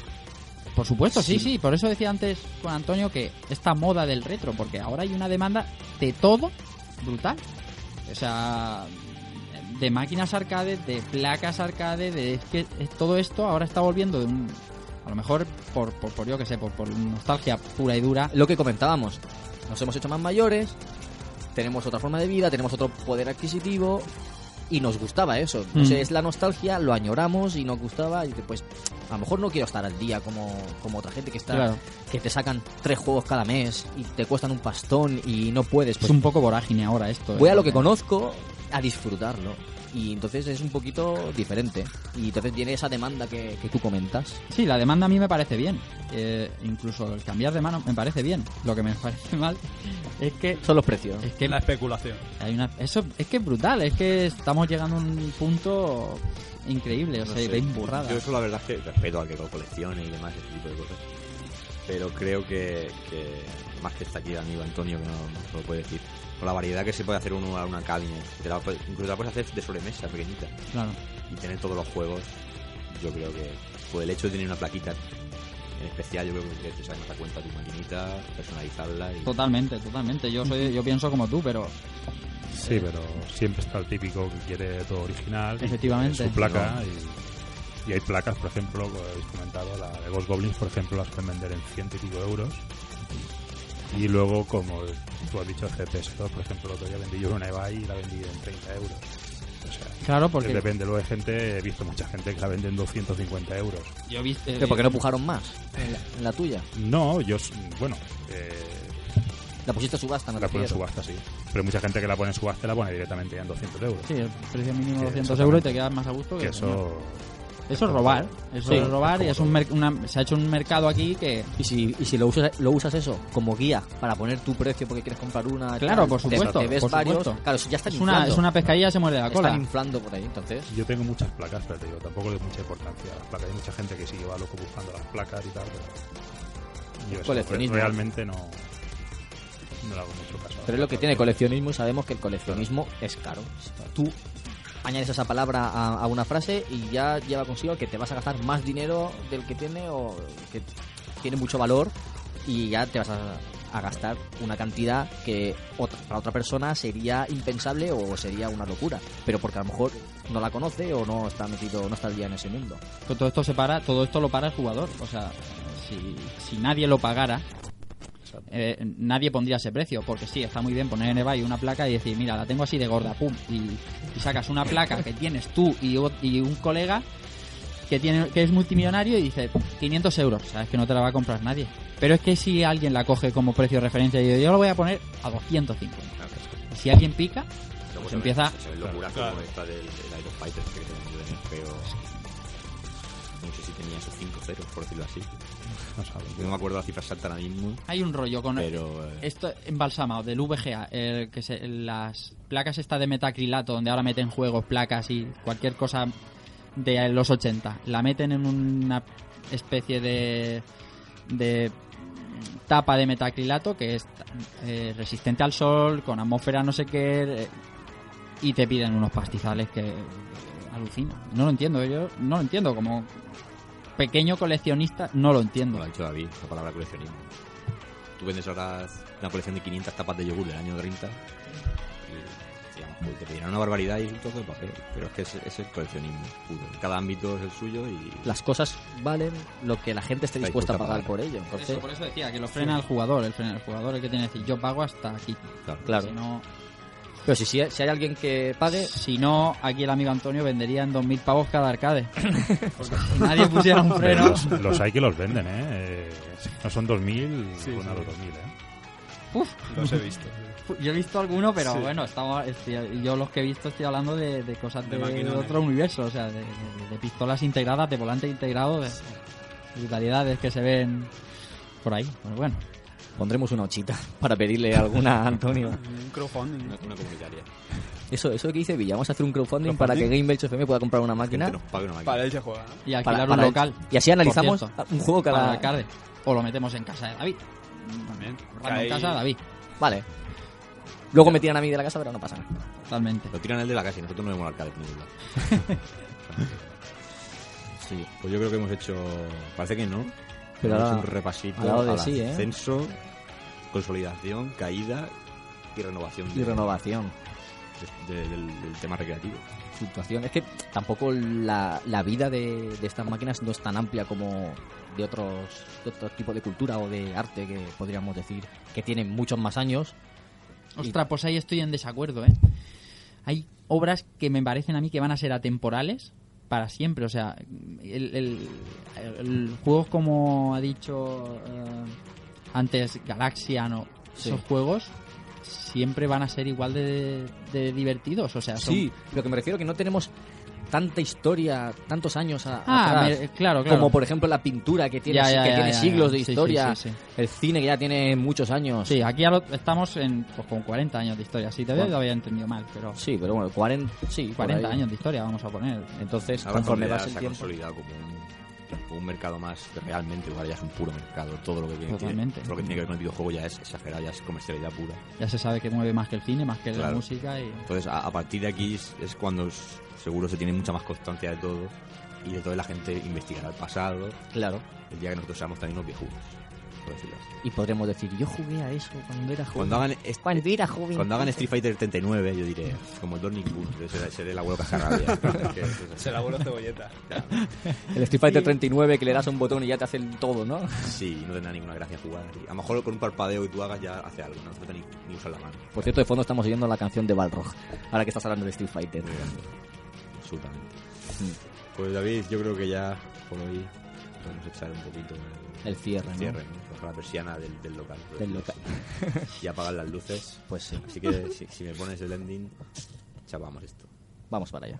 por supuesto, sí, Sí. sí. Por eso decía antes con Antonio que esta moda del retro, porque ahora hay una demanda de todo brutal. O sea, de máquinas arcade, de placas arcade, de es que es- todo esto ahora está volviendo de un... A lo mejor por, por, por yo que sé, por, por nostalgia pura y dura. Lo que comentábamos, nos hemos hecho más mayores, tenemos otra forma de vida, tenemos otro poder adquisitivo y nos gustaba eso. No Mm. sé, es la nostalgia, lo añoramos y nos gustaba y dices, pues a lo mejor no quiero estar al día como, como otra gente que está Claro. que te sacan tres juegos cada mes y te cuestan un pastón y no puedes. Es Pues un poco vorágine ahora esto. ¿eh? voy a lo que Porque- conozco a disfrutarlo. Y entonces es un poquito diferente. Y entonces tiene esa demanda que, que tú comentas. Sí, la demanda a mí me parece bien. Eh, incluso el cambiar de mano me parece bien. Lo que me parece mal es que... Son los precios. Es que La especulación. Hay una- eso es que es brutal, es que estamos llegando a un punto increíble, o sea, sé, pues, veis burradas. Yo eso la verdad es que respeto a que colecciones y demás, ese tipo de cosas. Pero creo que, que más que está aquí el amigo Antonio, que no, no lo puede decir. Con la variedad que se puede hacer uno a una cabinet. Te la puede- incluso la puedes hacer de sobremesa, pequeñita. Claro. Y tener todos los juegos, yo creo que... Pues el hecho de tener una plaquita en especial, yo creo que te sacas a cuenta tu maquinita, personalizarla y... Totalmente, totalmente. Yo soy, yo pienso como tú, pero Sí, pero siempre está el típico que quiere todo original. y Efectivamente. quiere Su placa y, y hay placas, por ejemplo, como habéis comentado, la de Ghost Goblins, por ejemplo, las pueden vender en ciento y pico euros. Y luego, como tú has dicho, el GPS, por ejemplo, el otro día vendí yo una eBay y la vendí en 30 euros. O sea, claro, porque... porque depende. Luego hay gente, he visto mucha gente que la vende en 250 euros. yo he visto ¿Pero por qué no pujaron más? En la, en la tuya. No, yo, s- bueno, eh, La pusiste a subasta, me la pone en refiero. subasta, sí. Pero hay mucha gente que la pone en subasta la pone directamente ya en 200 euros. Sí, el precio mínimo 200 Sí, exactamente. euros y te quedas más a gusto. Que que- eso... eso es robar, eso Sí, es robar es y como es un mer- una- se ha hecho un mercado aquí que Y si, y si lo, usas, lo usas eso como guía para poner tu precio porque quieres comprar una. Claro, tal, por te- supuesto, Te, ves por varios. supuesto. Claro, si ya están es una, inflando. es una pescadilla se muerde la cola. Están inflando por ahí, entonces. Yo tengo muchas placas, pero te digo, tampoco le doy mucha importancia a las placas. Hay mucha gente que sí va loco buscando las placas y tal, pero... Yo eso coleccionismo. re- realmente no... No le hago mucho caso. Pero es lo que tiene coleccionismo y sabemos que el coleccionismo es caro. Tú añades esa palabra a, a una frase y ya lleva consigo que te vas a gastar más dinero del que tiene o que tiene mucho valor y ya te vas a a gastar una cantidad que otra- para otra persona sería impensable o sería una locura, pero porque a lo mejor no la conoce o no está metido, no está al día en ese mundo. Con todo esto se para, todo esto lo para el jugador. O sea, si, si nadie lo pagara, eh, nadie pondría ese precio. Porque sí, está muy bien poner en eBay una placa y decir, mira, la tengo así de gorda, pum. Y, y sacas una placa que tienes tú y, o- y un colega que tiene que es multimillonario y dice 500 euros, sabes que no te la va a comprar nadie. Pero es que si alguien la coge como precio de referencia, yo, yo lo voy a poner a 250. Y si alguien pica, pues empieza Se ven locuras Claro. como esta del, del Iron Fighter, que tenía un DNF o- No sé si tenía esos 5 ceros, por decirlo así. Yo no me acuerdo la cifra exacta ahora mismo, hay un rollo con pero... eh, Esto embalsamado del VGA, el que se- las placas esta de metacrilato, donde ahora meten juegos, placas y cualquier cosa de los 80, la meten en una especie de, de tapa de metacrilato que es eh, resistente al sol, con atmósfera no sé qué, eh, y te piden unos pastizales que alucino. No lo entiendo, yo no lo entiendo, como pequeño coleccionista no lo entiendo. Como lo ha dicho David, la palabra coleccionismo. Tú vendes ahora una colección de 500 tapas de yogur del año 30 y digamos, pues, te pedirán una barbaridad y un trozo de papel. Pero es que es, es el coleccionismo puro. Cada ámbito es el suyo y... Las cosas valen lo que la gente esté Está dispuesta dispuesta a a pagar por ello. Entonces, Eso, por eso decía que lo frena el jugador, el frena el jugador el que tiene que decir yo pago hasta aquí. Claro. Claro. Si no, pero si, si si hay alguien que pague, si no, aquí el amigo Antonio vendería en 2.000 pavos cada arcade. Porque si nadie pusiera un Pero freno. los, los hay que los venden, ¿eh? Eh, No son 2.000, son a los 2.000, ¿eh? Uf, Los he visto. yo he visto alguno, pero Sí. bueno, estamos, estoy- yo los que he visto estoy hablando de, de cosas De de, maquinones. otro universo, o sea, de, de- de pistolas integradas, de volante integrado, de brutalidades que se ven por ahí. Pues bueno, pondremos una ochita para pedirle alguna a Antonio. Un crowdfunding. Una, una comunitaria. Eso, eso que dice Villa, vamos a hacer un crowdfunding, para que Game Belch FM pueda comprar una máquina. Que nos pague una máquina. Para él se juega. ¿no? y para- alquilar para un el- local. y así analizamos Por cierto, un juego para el cada arcade. O lo metemos en casa de David. También. Random Ahí- casa, David. Vale. Luego me tiran a mí de la casa, pero no pasa nada. Totalmente. Lo tiran el de la casa y nosotros no vemos el arcade por ningún lado. sí, pues yo creo que hemos hecho... Parece que no. Pero Hemos ahora- hecho un repasito al lado de al sí, ¿eh? ascenso, consolidación, caída y renovación. Y de- renovación, de- de- del, del tema recreativo. fluctuación. Es que tampoco la, la vida de, de estas máquinas no es tan amplia como de otros de otro tipo de cultura o de arte que podríamos decir que tienen muchos más años. Ostras, pues ahí estoy en desacuerdo, ¿eh? Hay obras que me parecen a mí que van a ser atemporales para siempre. O sea, el, el- el- juegos como ha dicho eh, antes Galaxian o Sí. esos juegos siempre van a ser igual de, de divertidos. O sea, son- Sí, lo que me refiero que no tenemos tanta historia, tantos años a, Ah, atrás. me- claro, claro. Como por ejemplo la pintura que tiene, Ya, ya, que ya, tiene ya, siglos ya. de Sí, sí, historia, sí, sí. el cine que ya tiene muchos años. Sí, aquí ya lo- estamos en, pues, con 40 años de historia. Sí, todavía Bueno. lo había entendido mal, pero Sí, pero bueno, 40, sí, por 40 ahí. años de historia vamos a poner. Entonces, Ahora conforme Consolidad vas el se ha tiempo. consolidado como un, como un mercado más que realmente ahora ya es un puro mercado. Todo lo que tiene, Totalmente. tiene- todo lo que, tiene que ver con el videojuego ya es exagerado, ya es comercialidad pura. Ya se sabe que mueve más que el cine, más que la Claro. música y... Entonces, a, a partir de aquí es, es cuando s- seguro se tiene mucha más constancia de todo y de todo la gente investigará el pasado Claro. el día que nosotros seamos también unos viejunos, por decirlo así. Y podremos decir, yo jugué a eso cuando era joven. Cuando hagan, est- Cuando era joven. cuando hagan Street Fighter 39, yo diré, como el Don Ninguno, yo seré, seré el abuelo cajarrabia. Es que es así. Se la vuelve cebolleta. El Street Fighter 39 que le das a un botón y ya te hacen todo, ¿no? Sí, no tendrá ninguna gracia jugar. Y a lo mejor con un parpadeo y tú hagas ya hace algo, no hace falta ni, ni usar la mano. Por cierto, de fondo estamos oyendo la canción de Balrog. Ahora que estás hablando de Street Fighter. Absolutamente. Mm. Pues David, yo creo que ya por hoy podemos echar un poquito el, El cierre, ¿no? cierre, ¿no? Bajar la persiana del, del local. Pues, Del local. Y apagar las luces. Pues sí, Así que si, si me pones el ending, chapamos esto. vamos para allá.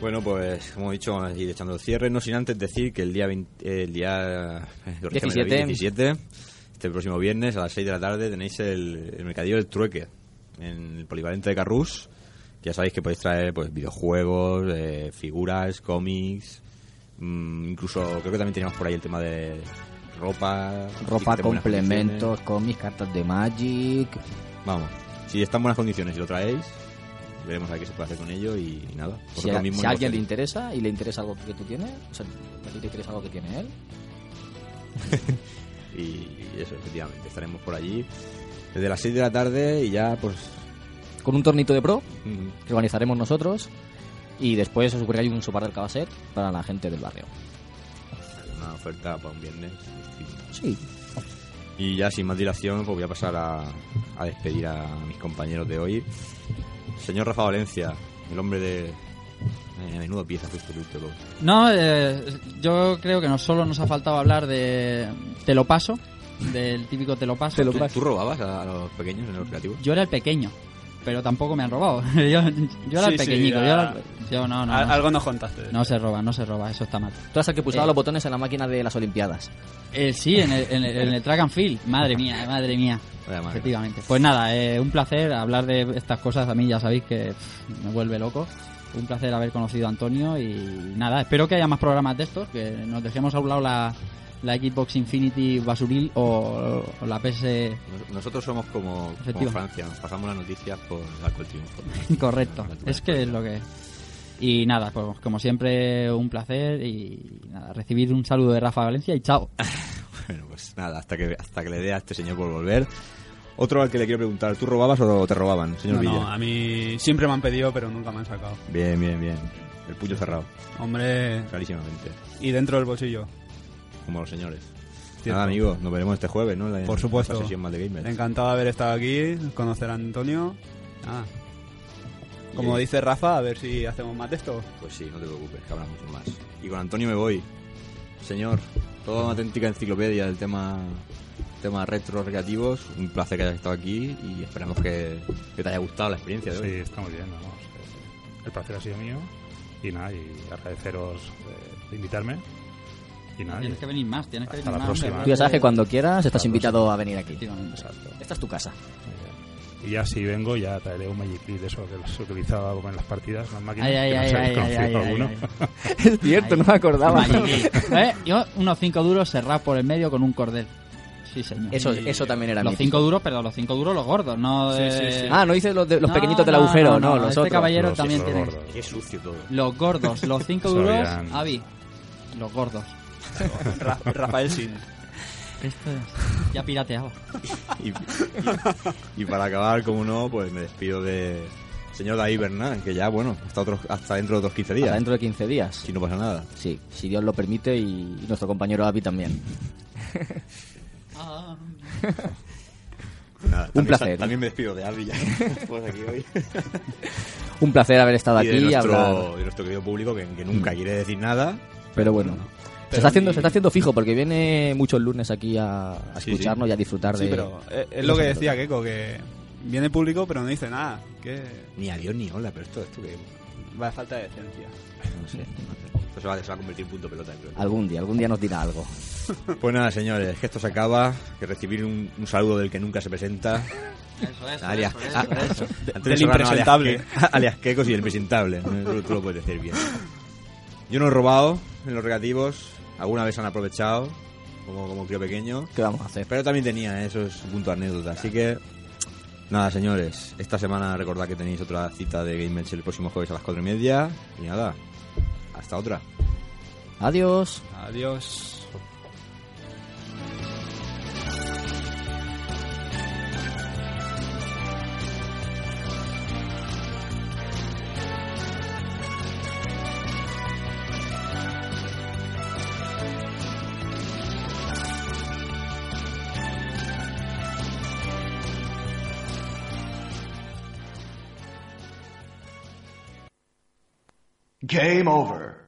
Bueno, pues como he dicho, vamos a ir echando el cierre. No sin antes decir que el día, 20 el día eh, corrígeme, David, 17. 17, este próximo viernes a las 6 de la tarde, tenéis el, el mercadillo del trueque en el polivalente de Carrús. Que ya sabéis que podéis traer pues videojuegos, eh, figuras, cómics. mm, incluso creo que también teníamos por ahí el tema de ropa. que esté en Ropa, buenas condiciones. complementos, cómics, cartas de Magic. Vamos, si está en buenas condiciones y lo traéis, veremos a ver qué se puede hacer con ello y, y nada. Si, Vosotros a, mismos si a alguien le negociáis. interesa y le interesa algo que tú tienes, o sea, a ti te interesa algo que tiene él, y, y eso, efectivamente, estaremos por allí desde las 6 de la tarde y ya pues... con un tornito de pro mm, que organizaremos nosotros. Y después os ocurre hay un sopar del cabaset para la gente del barrio. Una oferta para un viernes distinta. Sí. Y ya sin más dilación, pues voy a pasar a, a despedir a mis compañeros de hoy. Señor Rafa Valencia, el hombre de... eh, a menudo pieza fuiste tú, te lo- No, eh, yo creo que no solo nos ha faltado hablar de te lo paso, del típico te lo paso. ¿Tú, tú robabas a, a los pequeños en los creativos? Yo era el pequeño, pero tampoco me han robado. Yo, yo era el Sí, sí, pequeñito, ya. yo, era el- yo no, no, Al- no. Algo nos contaste. No se roba, no se roba, eso está mal. Tú eras el que pulsaba Eh. los botones en la máquina de las Olimpiadas. Eh, sí, en el, en, el, en el track and field. Madre mía, madre mía. Vaya madre. Efectivamente. Pues nada, eh, un placer hablar de estas cosas. A mí ya sabéis que pff, me vuelve loco. Un placer haber conocido a Antonio y nada, espero que haya más programas de estos, que nos dejemos a un lado la, la Xbox Infinity Basuril o, o la PS Nos- Nosotros somos como, como Efectivo. Francia, nos pasamos las noticias por Arco el Triunfo. Correcto, Por la es que es lo que... Y nada, pues como siempre un placer y nada, recibir un saludo de Rafa Valencia y chao. Ah, Bueno, pues nada, hasta que, hasta que le dé a este señor por volver. Otro al que le quiero preguntar, ¿tú robabas o te robaban, señor No, Villa? no, a mí siempre me han pedido, pero nunca me han sacado. Bien, bien, bien. El puño cerrado, Hombre, clarísimamente. y dentro del bolsillo. Como los señores. Cierto. Nada, amigos, nos veremos este jueves, ¿no? En la- Por supuesto. en La sesión más de gamers. Encantado de haber estado aquí, conocer a Antonio. Nada. Como Y- dice Rafa, a ver si hacemos más de esto. Pues sí, no te preocupes, que habrá mucho más. Y con Antonio me voy. Señor, toda una auténtica enciclopedia del tema tema retro recreativos. Un placer que hayas estado aquí y esperamos que, que te haya gustado la experiencia de hoy. Sí, está muy bien, vamos. Eh, El placer ha sido mío. Y nada, y agradeceros eh, de invitarme. Y nada, Tienes y- que venir más, tienes que Hasta venir la más. próxima. hombre, Tú ya sabes que cuando quieras estás Claro, invitado a venir aquí. Efectivamente. Exacto. Esta es tu casa. Y ya si vengo, ya traeré un Magic Clip de eso que se utilizaba como en las partidas, las máquinas. Ay, ay, que no ay, sé, ay, ay, conocido ay, alguno. ay, ay. Es cierto, no me acordaba. Magic Leap. ¿Eh? Yo unos 5 duros cerrados por el medio con un cordel. Sí, señor. Eso, eso también era Los mítico. 5 duros, pero los 5 duros los gordos, no de- Ah, no dices los, de- los No, pequeñitos del no, agujero, no, no, no, los este otros. caballero Los- también los tiene. gordos. Qué sucio todo. Los gordos, los 5 duros, Sabían. Avi. Los gordos. Ra- Rafael Sin. Esto ya pirateaba. Y, y- y para acabar, como no, pues me despido de señor David Bernal, que ya, bueno, hasta, otros, hasta dentro de otros 15 Hasta días, dentro de 15 días. si no pasa nada. Sí, si Dios lo permite y nuestro compañero Avi también. Nada, también- placer. También me despido de Albi, ya pues aquí hoy. Un placer haber estado Y aquí de y nuestro, hablar. Mm. de nuestro querido público, que, que nunca quiere decir nada. Pero bueno. se, está haciendo, se está haciendo fijo porque viene muchos lunes aquí a, a Sí, sí. escucharnos y a disfrutar Sí, de... pero eh, es lo que decía Keiko, que viene el público pero no dice nada. Que Ni adiós ni hola, pero esto, esto que... va a falta de decencia. No sé. Esto se va, se va a convertir en punto pelota. creo. Algún día, algún día nos dirá algo. Pues nada, señores, que esto se acaba. Que recibir un, un saludo del que nunca se presenta. Eso es. alias, eso, eso, eso. Antonio del Serrano, impresentable. Alias, Ke- alias Kekos y el impresentable. No, Tú lo puedes decir bien. Yo no he robado en los regativos. Alguna vez han aprovechado, como, como crío pequeño. ¿Qué vamos a hacer? Pero también tenía ¿eh? esos puntos anécdota. Así que, nada, señores. Esta semana recordad que tenéis otra cita de Game Match el próximo jueves a las 4 y media. Y nada, hasta otra. Adiós. Adiós. Game over.